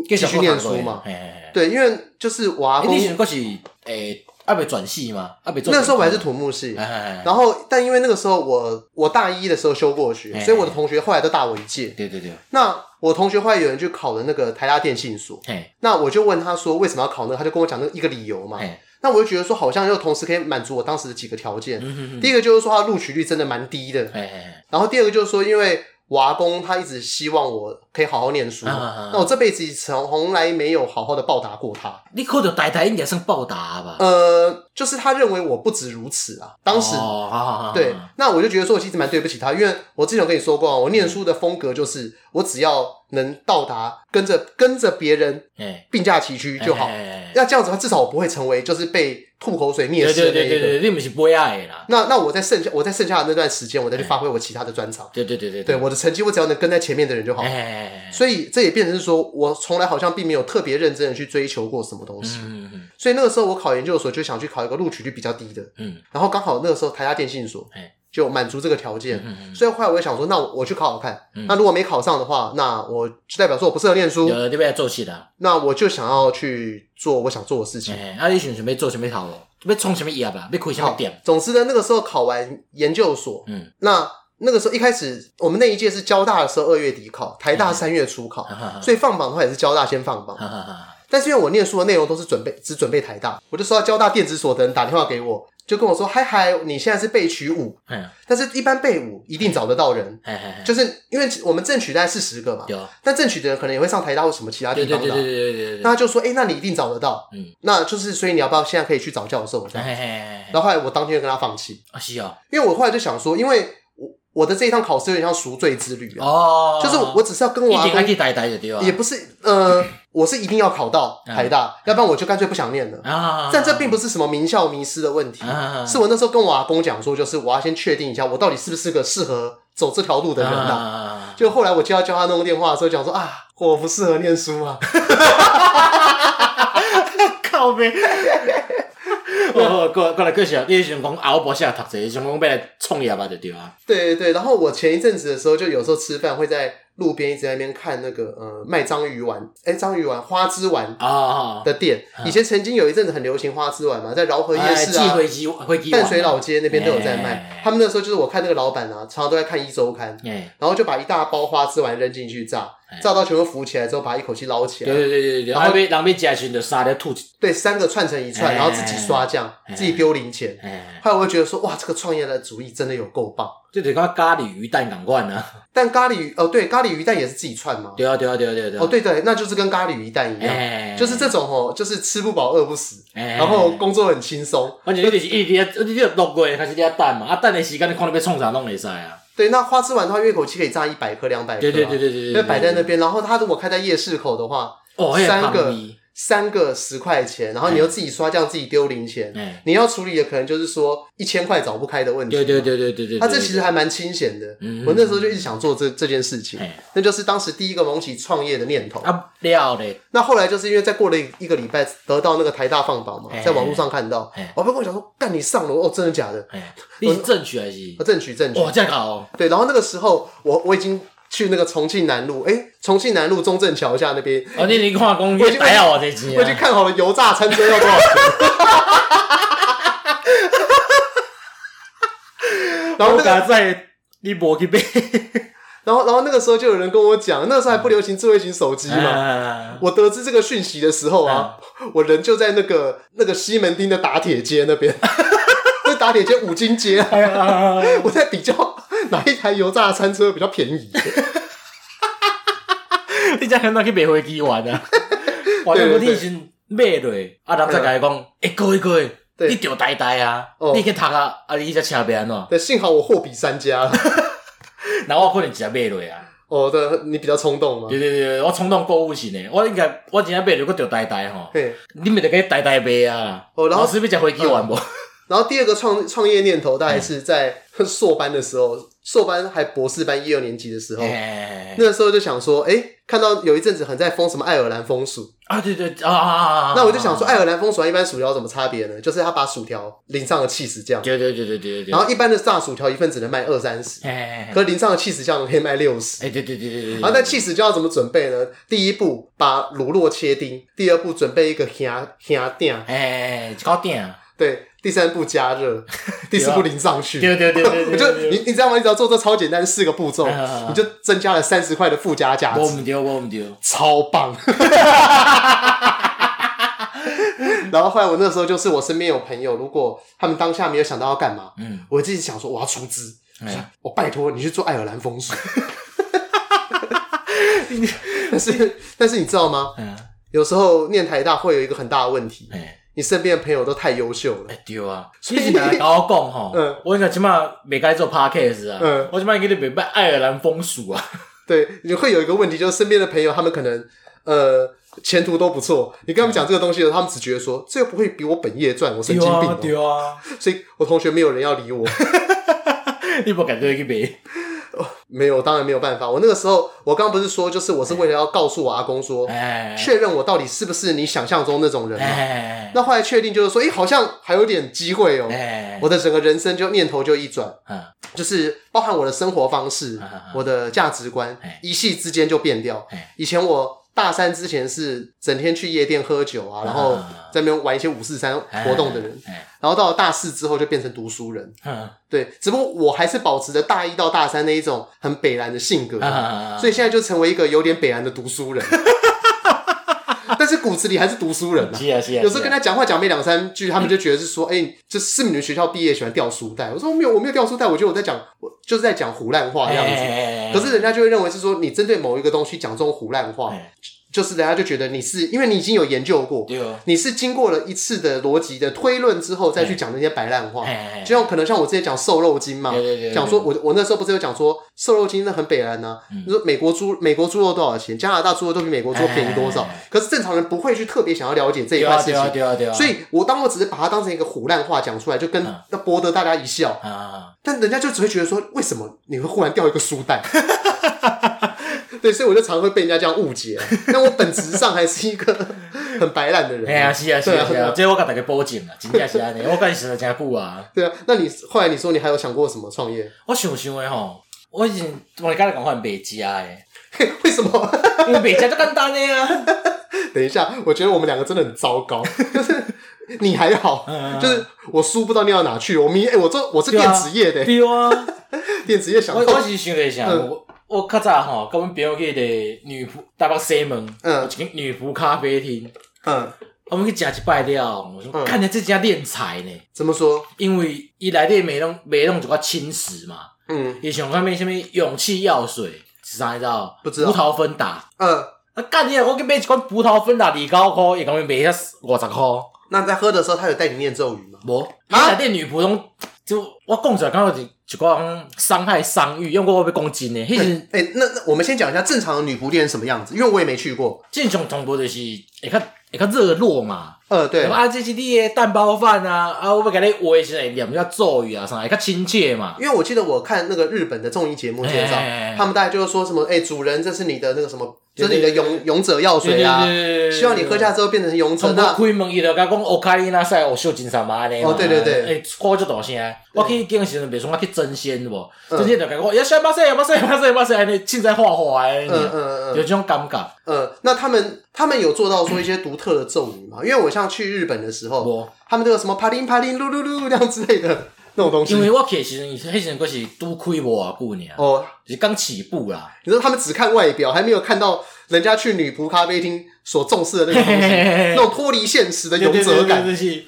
Speaker 1: 继续念书嘛？
Speaker 2: 嘿。嘿嘿
Speaker 1: 对，因为就是我阿
Speaker 2: 哎，
Speaker 1: 公
Speaker 2: 你想过是诶，阿未转系嘛？阿未做
Speaker 1: 那时候我还是
Speaker 2: 电
Speaker 1: 土木系
Speaker 2: 工，哎哎，哎
Speaker 1: 然后但因为那个时候我我大一的时候休过学，
Speaker 2: 哎
Speaker 1: 所以我的同学后来都大我一届。
Speaker 2: 对对对，
Speaker 1: 那我同学后来有人去考了那个台大电信所，
Speaker 2: 嘿，
Speaker 1: 那我就问他说为什么要考那个，他就跟我讲那一个理由嘛。
Speaker 2: 嘿，
Speaker 1: 那我就觉得说好像又同时可以满足我当时的几个条件，
Speaker 2: 嗯哼哼哎
Speaker 1: 第一个就是说他录取率真的蛮低的，
Speaker 2: 嘿嘿
Speaker 1: 然后第二个就是说，因为我阿公他一直希望我可以好好念书，
Speaker 2: 啊啊啊
Speaker 1: 那我这辈子从从来没有好好的报答过他。
Speaker 2: 你考到台大应该算报答吧？
Speaker 1: 呃，就是他认为我不止如此啊。当时、
Speaker 2: 哦，好好好，
Speaker 1: 对
Speaker 2: 好，好
Speaker 1: 那我就觉得说，我其实蛮对不起他，因为我之前有跟你说过啊，我念
Speaker 2: 嗯
Speaker 1: 书的风格就是我只要能到达跟着跟着别人
Speaker 2: 哎，
Speaker 1: 并驾齐驱就好。
Speaker 2: 哎
Speaker 1: 那这样子的话，至少我不会成为就是被吐口水蔑
Speaker 2: 对
Speaker 1: 视的
Speaker 2: 对
Speaker 1: 那
Speaker 2: 对
Speaker 1: 一个。
Speaker 2: 对对，你不是不爱的啦？
Speaker 1: 那那我在剩下我在剩下的那段时间，我再去发挥我其他的专长。
Speaker 2: 对对对对
Speaker 1: 对，我的成绩，我只要能跟在前面的人就好
Speaker 2: 哎。哎，哎
Speaker 1: 所以这也变成是说，我从来好像并没有特别认真的去追求过什么东西。
Speaker 2: 嗯嗯嗯
Speaker 1: 所以那个时候我考研究所就想去考一个录取率比较低的，
Speaker 2: 嗯
Speaker 1: 然后刚好那个时候台大电信所
Speaker 2: 哎
Speaker 1: 就满足这个条件。
Speaker 2: 嗯嗯
Speaker 1: 所以后来我就想说，那我我去考考看。
Speaker 2: 嗯
Speaker 1: 那如果没考上的话，那我就代表说我不适合念
Speaker 2: 嗯，
Speaker 1: 书，
Speaker 2: 有你要做事啦。
Speaker 1: 那我就想要去做我想做的事情。
Speaker 2: 哎，啊，你想想要做什么头路？要创什么业啦？要开什么
Speaker 1: 好
Speaker 2: 店？，
Speaker 1: 总之呢，那个时候考完研究所，
Speaker 2: 嗯，
Speaker 1: 那那个时候一开始我们那一届是交大的时候二月底考，台
Speaker 2: 嗯
Speaker 1: 大三月初考，
Speaker 2: 哈哈哈，
Speaker 1: 所以放榜的话也是交大先放榜。
Speaker 2: 哈哈哈，
Speaker 1: 但是因为我念书的内容都是准备只准备台大，我就收到交大电子所的人打电话给我，就跟我说：“嗨嗨，你现在是备取五，
Speaker 2: 哎
Speaker 1: 但是一般备五一定找得到人，
Speaker 2: 哎哎，
Speaker 1: 就是是因为我们正取大概四十个嘛，
Speaker 2: 有，
Speaker 1: 但正取的人可能也会上台大或什么其他地
Speaker 2: 对对
Speaker 1: 方
Speaker 2: 对
Speaker 1: 的啊。
Speaker 2: 对对对对
Speaker 1: 那
Speaker 2: 对，
Speaker 1: 他就说：“哎、那你一定找得到。”
Speaker 2: 嗯，
Speaker 1: 那就是所以你要不要现在可以去找教授？
Speaker 2: 哎哎哎，
Speaker 1: 然后后来我当天就跟他放弃，
Speaker 2: 啊是哦，
Speaker 1: 因为我后来就想说，因为我我的这一趟考试有点像赎罪之旅啊，
Speaker 2: 哦，
Speaker 1: 就是我只是要跟我
Speaker 2: 一
Speaker 1: 阿
Speaker 2: 定
Speaker 1: 公
Speaker 2: 要去台大就对啊，
Speaker 1: 也不是，呃，我是一定要考到
Speaker 2: 嗯
Speaker 1: 台大，要不然我就干脆不想念了。
Speaker 2: 啊，
Speaker 1: 但这并不是什么名校迷失的问题，
Speaker 2: 啊
Speaker 1: 是我那时候跟我阿公讲说，就是我要先确定一下，我到底是不是个适合走这条路的人呐、
Speaker 2: 啊，
Speaker 1: 就后来我接到叫他弄电话的时候，讲说啊，我不适合念书啊。
Speaker 2: 靠呗。我过过来继续，你是想讲熬博士读册，想讲要来创业吧，就对啊。
Speaker 1: 对对对，然后我前一阵子的时候，就有时候吃饭会在路边一直在那边看那个呃卖章鱼丸，哎，章鱼丸、花枝丸
Speaker 2: 啊，
Speaker 1: 的店，以前曾经有一阵子很流行花枝丸嘛，在饶河夜市啊，
Speaker 2: 哎回机回机，
Speaker 1: 淡水老街那边都有在
Speaker 2: 哎
Speaker 1: 卖。他们那时候就是我看那个老板啊，常常都在看一周刊，
Speaker 2: 哎，
Speaker 1: 然后就把一大包花枝丸扔进去炸，炸到全部浮起来之后，把一口气捞起
Speaker 2: 对
Speaker 1: 来，
Speaker 2: 对对对对，然后被然后被夹群的沙在吐，
Speaker 1: 对，三个串成一串，
Speaker 2: 哎
Speaker 1: 然后自己刷酱，自己丢零钱。
Speaker 2: 哎，
Speaker 1: 后来我就觉得说，哇，这个创业的主意真的有够棒。
Speaker 2: 这就讲咖喱鱼蛋港罐啊。
Speaker 1: 但咖喱鱼，哦，对，咖喱鱼蛋也是自己串吗？
Speaker 2: 对啊对啊对啊对啊，
Speaker 1: 哦，对对，那就是跟咖喱鱼蛋一样，
Speaker 2: 哎，
Speaker 1: 就是这，种哦，就是吃不饱饿不死，
Speaker 2: 然
Speaker 1: 然后工作很轻松。
Speaker 2: 而且你就是一直你就落过开始在等嘛，啊等的时间你看你要创啥拢会使啊。
Speaker 1: 对，那花枝丸的话，一口气可以炸一百颗、两百颗啊，
Speaker 2: 对对对对对
Speaker 1: 就摆在那，边。然后它如果开在夜市口的话，
Speaker 2: 哦，
Speaker 1: 三个三个十块钱，然后你又自己刷酱，自己丢零钱。
Speaker 2: 哎，
Speaker 1: 你要处理的可能就是说一千块找不开的问题。
Speaker 2: 对对对对对对，
Speaker 1: 他这其实还蛮清闲的
Speaker 2: 嗯。哎
Speaker 1: 我那时候就一直想做这这件事情
Speaker 2: 嘿，
Speaker 1: 那就是当时第一个萌起创业的念头。
Speaker 2: 啊了嘞，
Speaker 1: 那后来就是因为在过了一个礼拜，得到那个台大放榜嘛
Speaker 2: 嘿，
Speaker 1: 在网络上看到
Speaker 2: 嘿，
Speaker 1: 我朋友跟我讲说：“干你上了哦，真的假的
Speaker 2: 哎，你是正确还是？”
Speaker 1: 啊？”正取正取
Speaker 2: 哇，，这样搞哦，
Speaker 1: 对。然后那个时候我我已经去那个重庆南路，哎、重庆南路中正桥下那边，
Speaker 2: 哦，你你看公
Speaker 1: 我
Speaker 2: 约
Speaker 1: 去
Speaker 2: 打要我这钱
Speaker 1: 我已经
Speaker 2: 啊，
Speaker 1: 看好了油炸餐车要多少钱。然后
Speaker 2: 我
Speaker 1: 那个，
Speaker 2: 敢在你无去买，
Speaker 1: 然后，然后那个时候就有人跟我讲，那时候还不流行智慧型手机嘛。
Speaker 2: 啊
Speaker 1: 我得知这个讯息的时候啊，
Speaker 2: 嗯
Speaker 1: 我人就在那个那个西门町的打铁街那边， 那打铁街五金街啊，
Speaker 2: 哎 呀
Speaker 1: 我在比较哪一台油炸餐车比较便宜。
Speaker 2: 你才可能去买飞机玩 啊！我
Speaker 1: 对对对嗯
Speaker 2: 正过你先买落，啊，人再甲伊讲，一个一个，
Speaker 1: 对
Speaker 2: 你着呆呆啊
Speaker 1: 哦，
Speaker 2: 你去读啊，啊，你只车变安怎？
Speaker 1: 对，幸好我货比三家。
Speaker 2: 然后我可能直接买落啊！
Speaker 1: 哦，对，你比较冲动吗
Speaker 2: 对？对对，我冲动购物型诶，我应该我真正买落，我着呆呆吼，
Speaker 1: 嘿，
Speaker 2: 你咪着去呆呆买啊！
Speaker 1: 哦然后
Speaker 2: 老师要食飞机玩无？
Speaker 1: 然后第二个创创业念头，大概是在硕班的时候，硕班还博士班一二年级的时候，
Speaker 2: 嘿
Speaker 1: 那时候就想说，哎、看到有一阵子很在疯什么爱尔兰风俗，
Speaker 2: 啊对对啊啊啊！啊
Speaker 1: 那我就想说，，哎爱尔兰风俗和一般薯条有什么差别呢？就是他把薯条淋上了 cheese 酱，
Speaker 2: 对对对对对对，
Speaker 1: 然后一般的炸薯条一份只能卖二三十，
Speaker 2: 嘿，嘿嘿
Speaker 1: 可淋上了 cheese 酱可以卖六十。
Speaker 2: 哎对对对对对，
Speaker 1: 然后那 cheese 酱要怎么准备呢？第一步把乳酪切丁，第二步准备一个虾虾垫，
Speaker 2: 哎一口鼎，
Speaker 1: 对，第三步加热，第四步淋上去。
Speaker 2: 对啊对对对对，
Speaker 1: 我就你你知道吗？你只要做这超简单的四个步骤
Speaker 2: 啊啊啊，
Speaker 1: 你就增加了三十块的附加价
Speaker 2: 我
Speaker 1: 值，
Speaker 2: 唔对，我唔对。
Speaker 1: 超棒。 然后后来我那时候就是我身边有朋友，如果他们当下没有想到要干嘛，
Speaker 2: 嗯，
Speaker 1: 我自己想说我要出资，我说
Speaker 2: 哎
Speaker 1: 我拜托你去做爱尔兰风俗。 但是但是你知道吗？
Speaker 2: 嗯，
Speaker 1: 有时候念台大会有一个很大的问题，
Speaker 2: 哎
Speaker 1: 你身边的朋友都太优秀了。
Speaker 2: 哎对啊，
Speaker 1: 所
Speaker 2: 你
Speaker 1: 以
Speaker 2: 是哪甲我讲吼
Speaker 1: 嗯？
Speaker 2: 我应该即马袂该做 podcast
Speaker 1: 嗯
Speaker 2: 啊，我即马给你袂拜爱尔兰风俗啊，
Speaker 1: 对，你会有一个问题，就是身边的朋友，他们可能呃前途都不错，你跟他们讲这个东西的时候，他们只觉得说这个不会比我本业赚，我 神
Speaker 2: 对
Speaker 1: 经病、
Speaker 2: 啊
Speaker 1: 哦
Speaker 2: 对啊，
Speaker 1: 所以我同学没有人要理 我，
Speaker 2: 你无感觉去买？
Speaker 1: 没有，当然没有办法。我那个时候，我刚刚不是说，就是我是为了要告诉我阿公说，
Speaker 2: 哎
Speaker 1: 确认我到底哦是不是你想象中那种人嘛。
Speaker 2: 哎
Speaker 1: 那后来确定就是说，诶，好像还有点机会哦。
Speaker 2: 哎
Speaker 1: 我的整个人生就念头就一转，
Speaker 2: 嗯
Speaker 1: 就是包含我的生活方式
Speaker 2: 啊啊啊、
Speaker 1: 我的价值观
Speaker 2: 哎，
Speaker 1: 一夕之间就变掉
Speaker 2: 哎。
Speaker 1: 以前我大三之前是整天去夜店喝酒啊，然后在那边玩一些五四三活动的人，
Speaker 2: 哎
Speaker 1: 然后到了大四之后就变成读书人。
Speaker 2: 嗯
Speaker 1: 对，只不过我还是保持着大一到大三那一种很北然的性格，
Speaker 2: 啊
Speaker 1: 嗯所以现在就成为一个有点北然的读 书人，但是骨子里还是读书人啊。
Speaker 2: 是啊是啊，
Speaker 1: 有时候
Speaker 2: 是
Speaker 1: 跟
Speaker 2: 啊
Speaker 1: 他讲话讲没两三句，他们就觉得是说，哎、这是你们学校毕业喜欢掉书袋。我说我没有，我没有掉书袋，我觉得我在讲，我就是在讲胡乱话这样子。
Speaker 2: 哎
Speaker 1: 可是人家就会认为是说，你针对某一个东西讲这种胡乱话，
Speaker 2: 哎
Speaker 1: 就是人家就觉得你是因为你已经有研究过，
Speaker 2: 对啊，
Speaker 1: 你是经过了一次的逻辑的推论之后再去讲那些白烂话。
Speaker 2: 哎
Speaker 1: 就像可能像我之前讲瘦肉精嘛
Speaker 2: 对对对，对
Speaker 1: 讲说我我那时候不是有讲说瘦肉精那很北然呢、
Speaker 2: 嗯
Speaker 1: 你说美国猪美国猪肉多少钱，加拿大猪肉都比美国猪肉便宜多少
Speaker 2: 哎哎哎，
Speaker 1: 可是正常人不会去特别想要了解这一
Speaker 2: 对
Speaker 1: 块
Speaker 2: 啊
Speaker 1: 事
Speaker 2: 对啊
Speaker 1: 情，
Speaker 2: 对啊对啊，
Speaker 1: 所以我当我只是把它当成一个胡乱话讲出来，就跟
Speaker 2: 嗯
Speaker 1: 那博得大家一笑，
Speaker 2: 啊
Speaker 1: 但人家就只会觉得说为什么你会忽然掉一个书袋。 对，所以我就常会被人家这样误解啊。但我本质上还是一个 很白烂的人。
Speaker 2: 哎呀是啊是啊是
Speaker 1: 对啊
Speaker 2: 啊，这我甲大家保证啊，真正 是安尼，我甲你实在真久啊。
Speaker 1: 对啊，那你后来你说你还有想过什么创业？
Speaker 2: 我想想诶吼，我以前我甲你讲换白家诶，
Speaker 1: 嘿为什么？
Speaker 2: 因为白家就简单诶啊。
Speaker 1: 等一下，我觉得我们两个真的很糟糕。 就是你还好，
Speaker 2: 嗯
Speaker 1: 就是我书不知道念到哪去。我明哎、我做我是电子业的、
Speaker 2: 对啊，
Speaker 1: 电子业想
Speaker 2: 我我
Speaker 1: 到
Speaker 2: 是想了一下，
Speaker 1: 嗯
Speaker 2: 我我较早吼，跟阮朋友去迄个女仆台北西门，
Speaker 1: 嗯
Speaker 2: 有一间女仆咖啡厅，
Speaker 1: 嗯，
Speaker 2: 我们去食一摆了，我说
Speaker 1: 嗯
Speaker 2: 看来这家敛财呢，
Speaker 1: 怎么说？
Speaker 2: 因为伊内底卖拢卖拢一寡轻食嘛，
Speaker 1: 嗯
Speaker 2: 伊上看面啥物勇气药水是啥你知道？
Speaker 1: 不知道
Speaker 2: 葡萄芬达。
Speaker 1: 呃，
Speaker 2: 啊！干你啊！我去买一罐葡萄芬达二九箍，伊讲伊卖遐五十箍。
Speaker 1: 那在喝的时候，他有带你念咒语吗？
Speaker 2: 无，
Speaker 1: 啊
Speaker 2: 啊，内女仆拢就我讲出来，刚刚有一一讲伤害伤愈，用过我被讲真诶。迄时
Speaker 1: 哎、那那我们先讲一下正常的女仆店是什么样子，因为我也没去过。
Speaker 2: 正常同步就是会较会较热络嘛，
Speaker 1: 呃，对，
Speaker 2: 啊，这是你的蛋包饭啊，啊，我要给你画一下念较咒语啊，啥的，较亲切嘛。
Speaker 1: 因为我记得我看那个日本的综艺节目介绍
Speaker 2: 哎哎哎哎，
Speaker 1: 他们大概就是说什么，哎，主人，这是你的那个什么，这是你的勇勇者药水啊，希望你喝下之后变成勇者。
Speaker 2: 从
Speaker 1: 那
Speaker 2: 我开门伊就甲讲，我开伊那赛，我秀金山嘛安尼嘛
Speaker 1: 哦对对对
Speaker 2: 诶，哭就大声。我去见的时阵，别说我去争先有无，争先就甲我，要先巴西，巴西，巴西，巴西，安尼凊彩画画安尼，
Speaker 1: 嗯
Speaker 2: 有
Speaker 1: 嗯嗯
Speaker 2: 这种感觉。
Speaker 1: 呃，那他们他们有做到说一些独特的咒语吗？因为我像去日本的时候，
Speaker 2: 无，
Speaker 1: 他们都有什么啪铃啪铃噜噜噜这样之类的那种东
Speaker 2: 因为
Speaker 1: 西。
Speaker 2: 我去的时阵，迄时阵我是拄开无偌久尔，
Speaker 1: 哦，
Speaker 2: 就是刚起步啦。
Speaker 1: 你说他们只看外表，还没有看到人家去女仆咖啡厅所重视的那个东 西
Speaker 2: 嘿嘿嘿嘿，
Speaker 1: 那种脱离现实的
Speaker 2: 对
Speaker 1: 勇
Speaker 2: 对
Speaker 1: 者
Speaker 2: 对对，
Speaker 1: 感。
Speaker 2: 就是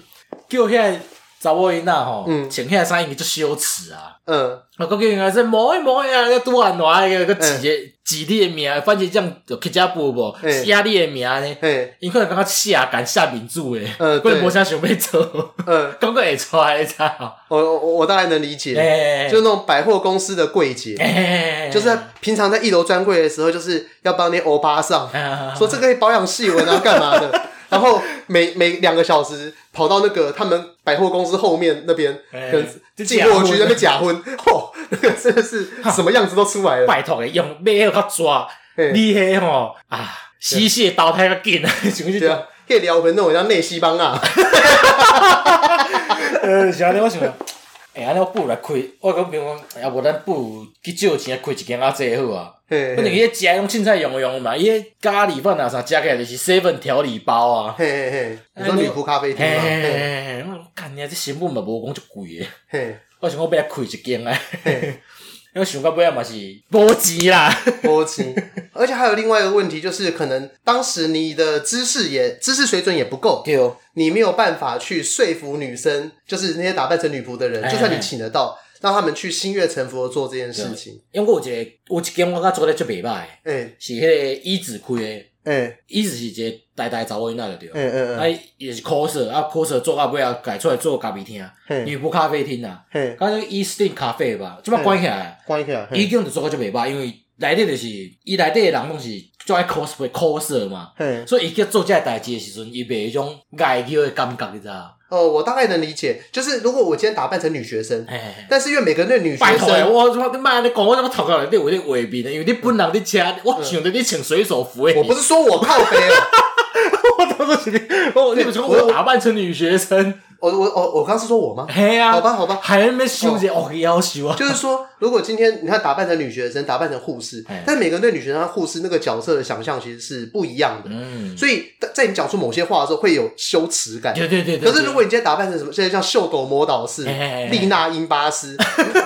Speaker 2: 叫遐查某囡仔吼，
Speaker 1: 嗯
Speaker 2: 穿遐衫伊就羞耻啊。
Speaker 1: 嗯，
Speaker 2: 我讲叫伊说摸一摸呀，个拄安暖个个指个指你的名，番茄酱就客家布无，
Speaker 1: 嘿
Speaker 2: 写你的名呢。
Speaker 1: 嘿，
Speaker 2: 因可能感觉下感下民主诶，
Speaker 1: 呃
Speaker 2: 可能
Speaker 1: 对
Speaker 2: 无啥想要做，
Speaker 1: 嗯，
Speaker 2: 感觉会出来操。
Speaker 1: 我我我大概能理解，
Speaker 2: 诶，
Speaker 1: 就是那种百货公司的柜姐，
Speaker 2: 哎诶，
Speaker 1: 就是平常在一楼专柜的时候，就是要帮那欧巴 上，
Speaker 2: 啊
Speaker 1: 说这个可以保养细纹啊，干嘛 的？然后每每两个小时跑到那个他们百货公司后面那边，
Speaker 2: 哎
Speaker 1: 跟进货区那边假婚，嚯，那个真的是什么样子都出来了。
Speaker 2: 拜托诶，用买迄个较抓，
Speaker 1: 嘿
Speaker 2: 你迄吼啊，死死淘汰较紧啊，想去
Speaker 1: 对啊，可以聊回那种像内西帮啊，
Speaker 2: 呃，是安尼，我想，哎、安尼我不如来开，我讲朋友讲，啊，无咱不如去借钱开一间啊，这好啊。
Speaker 1: 嘿
Speaker 2: 反正
Speaker 1: 嘿
Speaker 2: 伊食用凊彩用用嘛，伊咖喱饭啊啥食起来就是 seven 调理包啊。
Speaker 1: 嘿嘿，你说女仆咖啡厅
Speaker 2: 嘿
Speaker 1: 吗？
Speaker 2: 嘿
Speaker 1: 嘿
Speaker 2: 嘿，我看你这成本嘛无讲足贵诶，
Speaker 1: 嘿，
Speaker 2: 我想我要来开一间啊。我想到尾啊嘛是无钱啦，
Speaker 1: 波奇。而且还有另外一个问题，就是可能当时你的知识也知识水准也不够，
Speaker 2: 对，
Speaker 1: 你没有办法去说服女生，就是那些打扮成女仆的人，
Speaker 2: 哎
Speaker 1: 就算你请得到，让他们去心悦诚服的做这件事情。
Speaker 2: 因为我有一个有一间我甲做咧足袂歹的，
Speaker 1: 哎
Speaker 2: 是迄个椅子开诶，
Speaker 1: 哎
Speaker 2: 椅子是一个呆呆查某囡仔就对了。
Speaker 1: 哎哎
Speaker 2: 啊，也是 coser 啊，coser 做到尾啊，改出来做咖啡厅啊，
Speaker 1: 嘿
Speaker 2: 女仆咖啡厅啊，
Speaker 1: 嘿，
Speaker 2: 刚才 Eastin 咖啡吧，即摆关起来，啊
Speaker 1: 关一下。嘿
Speaker 2: 已经就做到就袂歹，因为内底就是伊内底的人拢是做爱 cosplay coser 嘛，
Speaker 1: 嘿，
Speaker 2: 所以伊叫做这个代志的时阵，伊袂迄种外叫的感觉，你知道？
Speaker 1: 哦，我大概能理解，就是如果我今天打扮成女学生，
Speaker 2: 嘿嘿嘿
Speaker 1: 但是因为每个人对女
Speaker 2: 哎拜
Speaker 1: 学
Speaker 2: 托诶，哎啊
Speaker 1: 生，
Speaker 2: 我我你妈你讲我怎么头壳内底有咧画面的，因为你本人你请，我想着你穿水手服诶，
Speaker 1: 我不是说我靠背 哦，
Speaker 2: 我当作是你， 我你不是说我打扮成女学生，
Speaker 1: 我我我我刚是说我吗？
Speaker 2: 嘿啊，
Speaker 1: 好吧好吧
Speaker 2: 还在那边修这哦，要修啊，
Speaker 1: 就是说，如果今天你看打扮成女学生，打扮成护士
Speaker 2: 哎，
Speaker 1: 但每个人对女学生和护士那个角色的想象其实是不一样的，
Speaker 2: 嗯，
Speaker 1: 所以在你讲出某些话的时候会有羞耻感。
Speaker 2: 对对对对。
Speaker 1: 可是如果你今天打扮成什么，现在像秀狗魔导士
Speaker 2: 嘿嘿嘿、
Speaker 1: 丽娜英巴斯，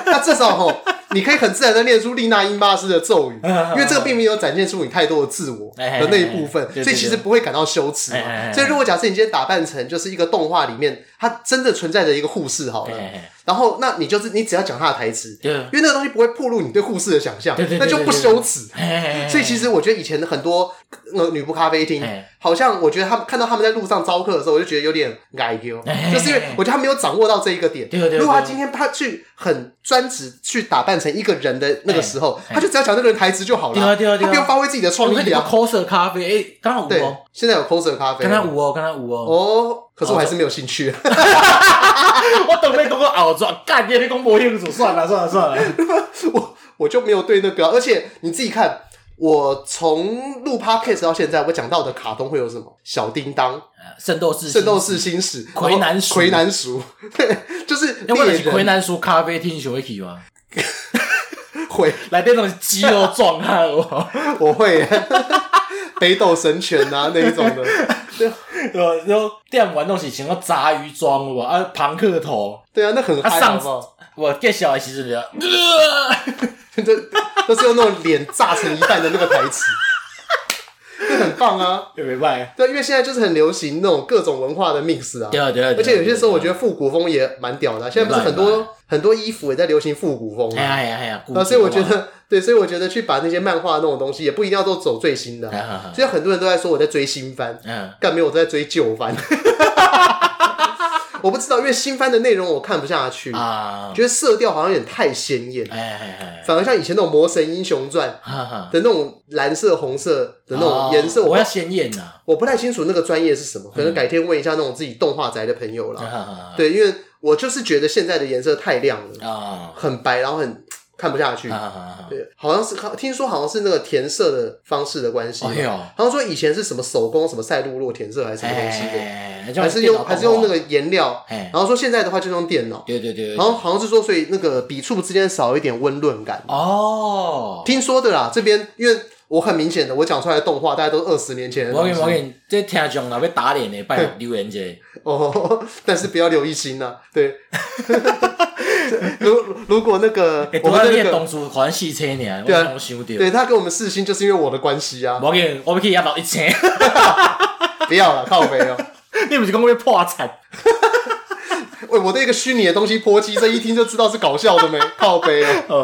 Speaker 1: 那至少吼，你可以很自然的念出丽娜英巴斯的咒语，
Speaker 2: 嗯
Speaker 1: 因为这个并没有展现出你太多的自我
Speaker 2: 嘿嘿嘿
Speaker 1: 的那一部分
Speaker 2: 嘿，嘿
Speaker 1: 所以其实不会感到羞耻
Speaker 2: 嘿嘿
Speaker 1: 嘛。
Speaker 2: 嘿
Speaker 1: 所以如果假设你今天打扮成就是一个动画里面它真的存在着一个护士好了
Speaker 2: 嘿嘿嘿，
Speaker 1: 然后那你就是你只要讲他的台词，
Speaker 2: 对
Speaker 1: 因为那个东西不会暴露你对护士的想象
Speaker 2: 对对，对哎
Speaker 1: 那就不羞耻。
Speaker 2: 嘿
Speaker 1: 所以其实我觉得以前的很多呃女仆咖啡厅
Speaker 2: 哎，
Speaker 1: 好像我觉得他们看到他们在路上招客的时候，我就觉得有点矮丢，
Speaker 2: 哎
Speaker 1: 就是因为我觉得他没有掌握到这一个点。
Speaker 2: 对对对
Speaker 1: 如果他今天他去很专职去打扮成一个人的那个时候，
Speaker 2: 哎
Speaker 1: 他就只要讲那个人台词就好了，
Speaker 2: 对啊对啊
Speaker 1: 他
Speaker 2: 对啊
Speaker 1: 不用发挥自己的创
Speaker 2: 我看你
Speaker 1: 意
Speaker 2: 个
Speaker 1: 啊。
Speaker 2: coser 咖啡，诶、刚好
Speaker 1: 对
Speaker 2: 有哦，，
Speaker 1: 现在有 coser 咖啡
Speaker 2: 刚，刚有哦，刚刚有哦。
Speaker 1: 哦，可是我还是没有兴趣。
Speaker 2: 我等你讲个后转，干你你讲无兴趣，算了算了算 了。
Speaker 1: 我我就没有对那个啊、而且你自己看，我从录 podcast 到现在，我讲到的卡通会有什么？小叮当、
Speaker 2: 啊圣斗士，
Speaker 1: 圣斗士，星矢、
Speaker 2: 魁南鼠
Speaker 1: 魁南鼠， 对，就是
Speaker 2: 因为我
Speaker 1: 猎
Speaker 2: 就是魁
Speaker 1: 人
Speaker 2: 南叔咖啡厅想会去 嘛，
Speaker 1: 会，
Speaker 2: 来这种是肌肉壮汉 哦，
Speaker 1: 我会 北斗神拳啊那一种的，对
Speaker 2: 然后然后电玩拢是像个杂鱼装有无啊，庞克头，
Speaker 1: 对啊，那很嗨，
Speaker 2: 啊
Speaker 1: 好
Speaker 2: 上
Speaker 1: 不
Speaker 2: 次
Speaker 1: 好？
Speaker 2: 我介绍的时 阵就，呃
Speaker 1: 这都是用那种脸炸成一半的那个台词， 这很棒啊！
Speaker 2: 也袂歹。
Speaker 1: 对，因为现在就是很流行那种各种文化的 mix 啊，
Speaker 2: 对啊对啊，
Speaker 1: 而且有些时候我觉
Speaker 2: 得，
Speaker 1: 得复古风也蛮屌的啊、现在不是很
Speaker 2: 明
Speaker 1: 多很多衣服也在流行复古风
Speaker 2: 哎呀
Speaker 1: 啊，
Speaker 2: 哎呀哎呀，古
Speaker 1: 啊，所以我觉
Speaker 2: 着嘛，
Speaker 1: 得对，所以我觉得去把那些漫画那种东西也不一定要都走最新的啊、
Speaker 2: 哎哎哎
Speaker 1: 所以很多人都在说我在追新番，
Speaker 2: 嗯，
Speaker 1: 干没有我在追旧番。我不知道，因为新番的内容我看不下去，
Speaker 2: 啊，
Speaker 1: 觉得色调好像有点太鲜艳，
Speaker 2: 哎哎
Speaker 1: 反而像以前那种《魔神英雄传》
Speaker 2: 哎，哈哈，
Speaker 1: 的那种蓝色、红色的那种颜色，
Speaker 2: 哦我嗯
Speaker 1: 我
Speaker 2: 要鲜艳呐，
Speaker 1: 我不太清楚那个专业是什么，可能改天问一下那种自己动画宅的朋友
Speaker 2: 哈
Speaker 1: 啦。
Speaker 2: 哈哈
Speaker 1: 啊对，因为我就是觉得现在的颜色太亮了，
Speaker 2: 啊，
Speaker 1: 很白，然后很看不下去。
Speaker 2: 哈哈哈，
Speaker 1: 对，好像是听说好像是那个填色的方式的关系吧，
Speaker 2: 哎呦
Speaker 1: 好像说以前是什么手工什么赛璐珞填色还是什么东西的，
Speaker 2: 哎，
Speaker 1: 还是用还是用那个，颜料，
Speaker 2: 哎
Speaker 1: 然，后说现在的话就用电脑，
Speaker 2: 对对对，
Speaker 1: 然后好像是说所以那个笔触之间少一点温润感，
Speaker 2: 哦，
Speaker 1: 听说的啦。这边因为我很明显的，我讲出来的动画大家都是二十年前的
Speaker 2: 我
Speaker 1: 东
Speaker 2: 跟
Speaker 1: 西
Speaker 2: 我跟，这听众若要打脸的，拜托留言者，
Speaker 1: 哦，但是不要留一心呐、对。 如如果那个
Speaker 2: 哎，
Speaker 1: 我
Speaker 2: 我
Speaker 1: 们
Speaker 2: 们
Speaker 1: 的那
Speaker 2: 练
Speaker 1: 个，
Speaker 2: 同事可能四千年，我
Speaker 1: 对啊
Speaker 2: 拢想到。
Speaker 1: 对他给我们四星，就是因为我的关系啊，
Speaker 2: 无要紧，我要去压到一千，
Speaker 1: 不要了，靠北哦、
Speaker 2: 你不是讲要破产？
Speaker 1: 喂，我对一个虚拟的东西泼漆，这一听就知道是搞笑的没？靠背哦。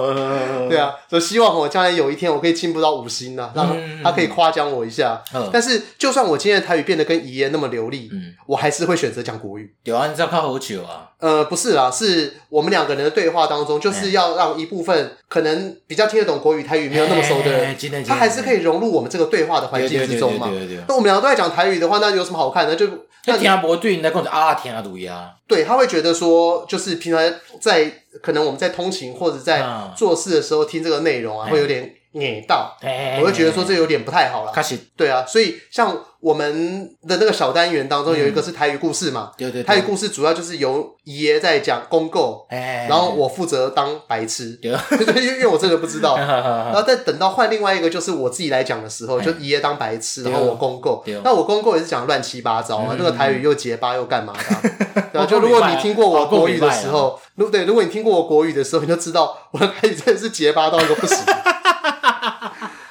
Speaker 2: 呃，
Speaker 1: 对啊，所以希望我将来有一天我可以进步到五星呐、啊，让他可以夸奖我一下。
Speaker 2: 嗯
Speaker 1: 但是，就算我今天的台语变得跟遗言那么流利，
Speaker 2: 嗯
Speaker 1: 我还是会选择讲国语。
Speaker 2: 对啊，你这样较好笑啊。
Speaker 1: 呃，不是啦，是我们两个人的对话当中，
Speaker 2: 哎
Speaker 1: 就是要让一部分可能比较听得懂国语、台语没有那么熟的
Speaker 2: 哎
Speaker 1: 人，
Speaker 2: 真的真的
Speaker 1: 他还是可以融入我们这个对话的环境之中嘛
Speaker 2: 对对对对对对。
Speaker 1: 那我们两个都在讲台语的话，那有什么好看的？就那
Speaker 2: 那听无对，你来讲就啊听对啊，
Speaker 1: 对，他会觉得说，就是平常在可能我们在通勤或者在
Speaker 2: 嗯
Speaker 1: 做事的时候听这个内容啊，
Speaker 2: 哎
Speaker 1: 会有点碾到，
Speaker 2: 我
Speaker 1: 我会觉得说这有点不太好
Speaker 2: 确
Speaker 1: 了。
Speaker 2: 实，
Speaker 1: 对啊，所以像我们的那个小单元当中有一个是台语故事嘛，
Speaker 2: 嗯对对，对
Speaker 1: 台语，故事主要就是由爷在讲公购，
Speaker 2: 哎，
Speaker 1: 然后我负责当白痴，
Speaker 2: 对，
Speaker 1: 对，因为我真的不知 道。然
Speaker 2: 然
Speaker 1: 后再等到换另外一个，就是我自己来讲的时候，
Speaker 2: 嗯哎
Speaker 1: 就爷当白痴，
Speaker 2: 对
Speaker 1: 然
Speaker 2: 哦
Speaker 1: 后我公购
Speaker 2: 对哦。
Speaker 1: 那我公购也是讲乱七八糟
Speaker 2: 嗯
Speaker 1: 啊，那个台语又结巴又干嘛的 啊。对啊，
Speaker 2: 哦
Speaker 1: 就如
Speaker 2: 够
Speaker 1: 果
Speaker 2: 明
Speaker 1: 你
Speaker 2: 白啊
Speaker 1: 听过我
Speaker 2: 哦够
Speaker 1: 国语
Speaker 2: 明白
Speaker 1: 的
Speaker 2: 啊
Speaker 1: 时候，如对，如果你听过我国语的时候，你就知道我的台语真的是结巴到一个不行。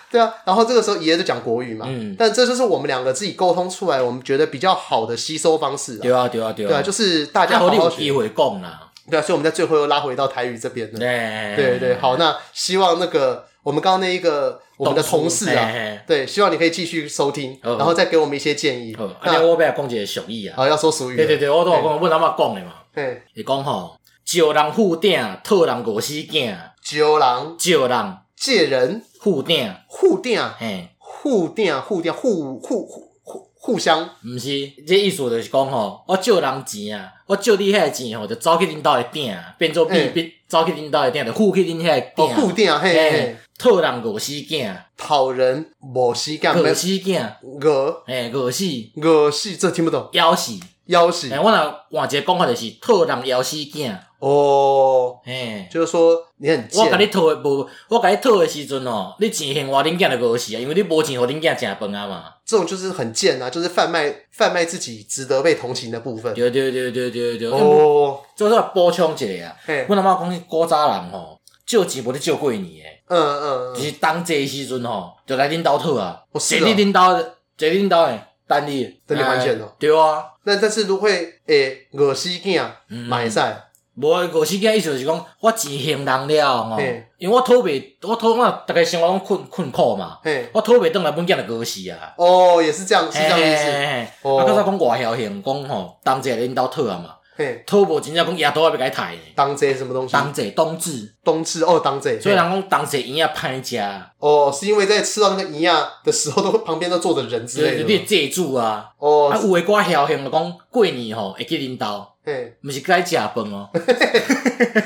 Speaker 1: 对啊，然后这个时候爷就讲国语嘛，
Speaker 2: 嗯
Speaker 1: 但这就是我们两个自己沟通出来，我们觉得比较好的吸收方式啊。
Speaker 2: 对啊对啊对啊，
Speaker 1: 对啊，就是大
Speaker 2: 大
Speaker 1: 家好
Speaker 2: 你
Speaker 1: 好
Speaker 2: 有
Speaker 1: 学
Speaker 2: 机会讲啦，哎
Speaker 1: 对啊，所以我们在最后又拉回到台语这边了。
Speaker 2: 对
Speaker 1: 对对，，好，那希望那个我们刚刚那一个我们的同事
Speaker 2: 嘿
Speaker 1: 啊，
Speaker 2: 嘿
Speaker 1: 对，希望你可以继续收听，
Speaker 2: 哎哦
Speaker 1: 然后再给我们一些建议
Speaker 2: 好，。安尼
Speaker 1: 那
Speaker 2: 我要讲一个俗语啊，
Speaker 1: 好要说俗语了，
Speaker 2: 对对对，我都有讲，我阿妈讲的嘛，
Speaker 1: 对，
Speaker 2: 伊讲吼，借人富鼎，讨人五死囝，
Speaker 1: 九郎
Speaker 2: 借人
Speaker 1: 借人
Speaker 2: 富鼎，
Speaker 1: 互垫
Speaker 2: 嘿。
Speaker 1: 互垫互垫互互互互互相
Speaker 2: 毋是，这意思就是讲吼，我借人钱啊，我借你遐个钱吼，就走去恁兜的鼎啊，变做变
Speaker 1: 嗯
Speaker 2: 变走去恁兜的鼎，就付去恁遐个
Speaker 1: 哦互
Speaker 2: 鼎啊，
Speaker 1: 垫嘿
Speaker 2: 嘿
Speaker 1: 嘿，，
Speaker 2: 讨人五死囝，
Speaker 1: 讨人无时间
Speaker 2: 五死囝，
Speaker 1: 我
Speaker 2: 嘿，五死，
Speaker 1: 我是这听不懂，
Speaker 2: 枵死，
Speaker 1: 要死
Speaker 2: 嘿，我若换一个讲法就是讨人枵死囝，
Speaker 1: 哦，
Speaker 2: 嘿，
Speaker 1: 就是说你很
Speaker 2: 我甲你
Speaker 1: 贱，
Speaker 2: 讨的无，我甲你讨的时阵哦，你钱还我，恁囝就五死啊，因为你无钱，互恁囝食饭啊嘛，
Speaker 1: 这种就是很贱啊，就是贩卖贩卖自己值得被同情的部分
Speaker 2: 对对对对对对，嗯
Speaker 1: 哦，
Speaker 2: 做做补充一下啊，
Speaker 1: 嘿。
Speaker 2: 阮阿嬷讲古早人吼，借钱无咧借过年诶。
Speaker 1: 嗯嗯嗯，
Speaker 2: 就是当这时阵吼，就来恁兜讨啊，
Speaker 1: 哦是
Speaker 2: 坐
Speaker 1: 啊
Speaker 2: 你恁兜，坐你恁兜诶，等你，
Speaker 1: 等你还钱哦
Speaker 2: 哎对啊，
Speaker 1: 那但是如会诶，恶心囝
Speaker 2: 嗯
Speaker 1: 买晒，
Speaker 2: 无五时间意思就是讲，我钱还人了吼
Speaker 1: 嘿，
Speaker 2: 因为我讨袂，我讨我逐个生活拢困困苦嘛，
Speaker 1: 嘿，
Speaker 2: 我讨袂转来，本囝就过世啊。
Speaker 1: 哦，也是这
Speaker 2: 哎
Speaker 1: 样，是这样意
Speaker 2: 嘿
Speaker 1: 思，
Speaker 2: 嘿嘿
Speaker 1: 哦
Speaker 2: 啊，较早讲外晓型，讲吼，当者恁兜讨啊嘛，
Speaker 1: 嘿，
Speaker 2: 讨无真正讲夜倒也要甲伊刣呢。
Speaker 1: 当贼什么东西？
Speaker 2: 当者冬至，
Speaker 1: 冬至哦，当贼，
Speaker 2: 所以人讲当者伊也歹食，
Speaker 1: 哦，是因为在吃到那个营养的时候，都旁边都坐着人之
Speaker 2: 所以
Speaker 1: 类
Speaker 2: 就你
Speaker 1: 的
Speaker 2: 会
Speaker 1: 吗，
Speaker 2: 借住啊。啊，
Speaker 1: 哦，
Speaker 2: 有诶我晓型就讲过年吼会去恁兜。
Speaker 1: 嘿，
Speaker 2: 毋是该食饭哦，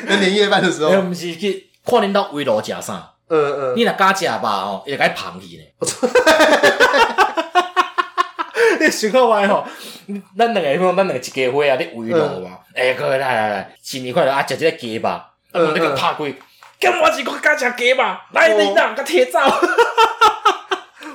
Speaker 1: 那年夜饭的时候，
Speaker 2: 又
Speaker 1: 嗯
Speaker 2: 毋是去看恁兜围炉食啥，
Speaker 1: 嗯，
Speaker 2: 你若敢食肉哦，伊就该捧去呢。你想看卖吼，咱两个，咱两个一家伙啊，你围炉嘛，哎、各位来来来，新年快乐啊，食即个鸡吧，啊，
Speaker 1: 嗯
Speaker 2: 问你个拍开，跟我是讲敢食鸡吧，来你哪甲摕走？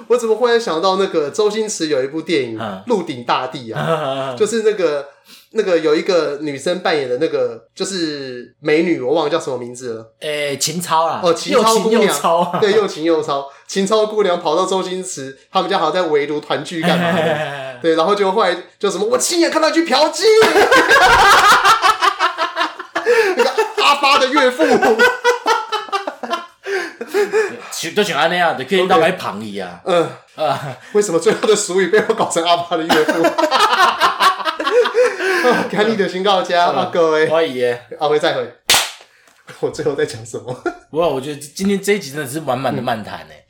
Speaker 1: 我怎么忽然想到那个周星驰有一部电影
Speaker 2: 嗯
Speaker 1: 《鹿鼎大帝》啊，就是那个那个有一个女生扮演的那个就是美女，我忘了叫什么名字了。
Speaker 2: 诶、秦操啦，
Speaker 1: 哦，秦
Speaker 2: 又
Speaker 1: 超
Speaker 2: 秦
Speaker 1: 姑
Speaker 2: 又
Speaker 1: 娘，
Speaker 2: 操啊，
Speaker 1: 对，又秦又超，秦超姑娘跑到周星驰他们家，好像在围炉团聚干
Speaker 2: 哎
Speaker 1: 嘛的？对，然后就后来就什么，我亲眼看到一具嫖妓， 那个阿发的岳父，
Speaker 2: 就就像安尼啊，就去恁兜甲伊捧伊啊，
Speaker 1: 嗯，
Speaker 2: 啊，
Speaker 1: 哦为什么最后的俗语被我搞成阿发的岳父？今日就先到这，
Speaker 2: 嗯
Speaker 1: 啊各位，
Speaker 2: 怀疑耶。
Speaker 1: 阿辉再会。我最后在讲什么？
Speaker 2: 不过我觉得今天这一集真的是满满的漫谈诶、欸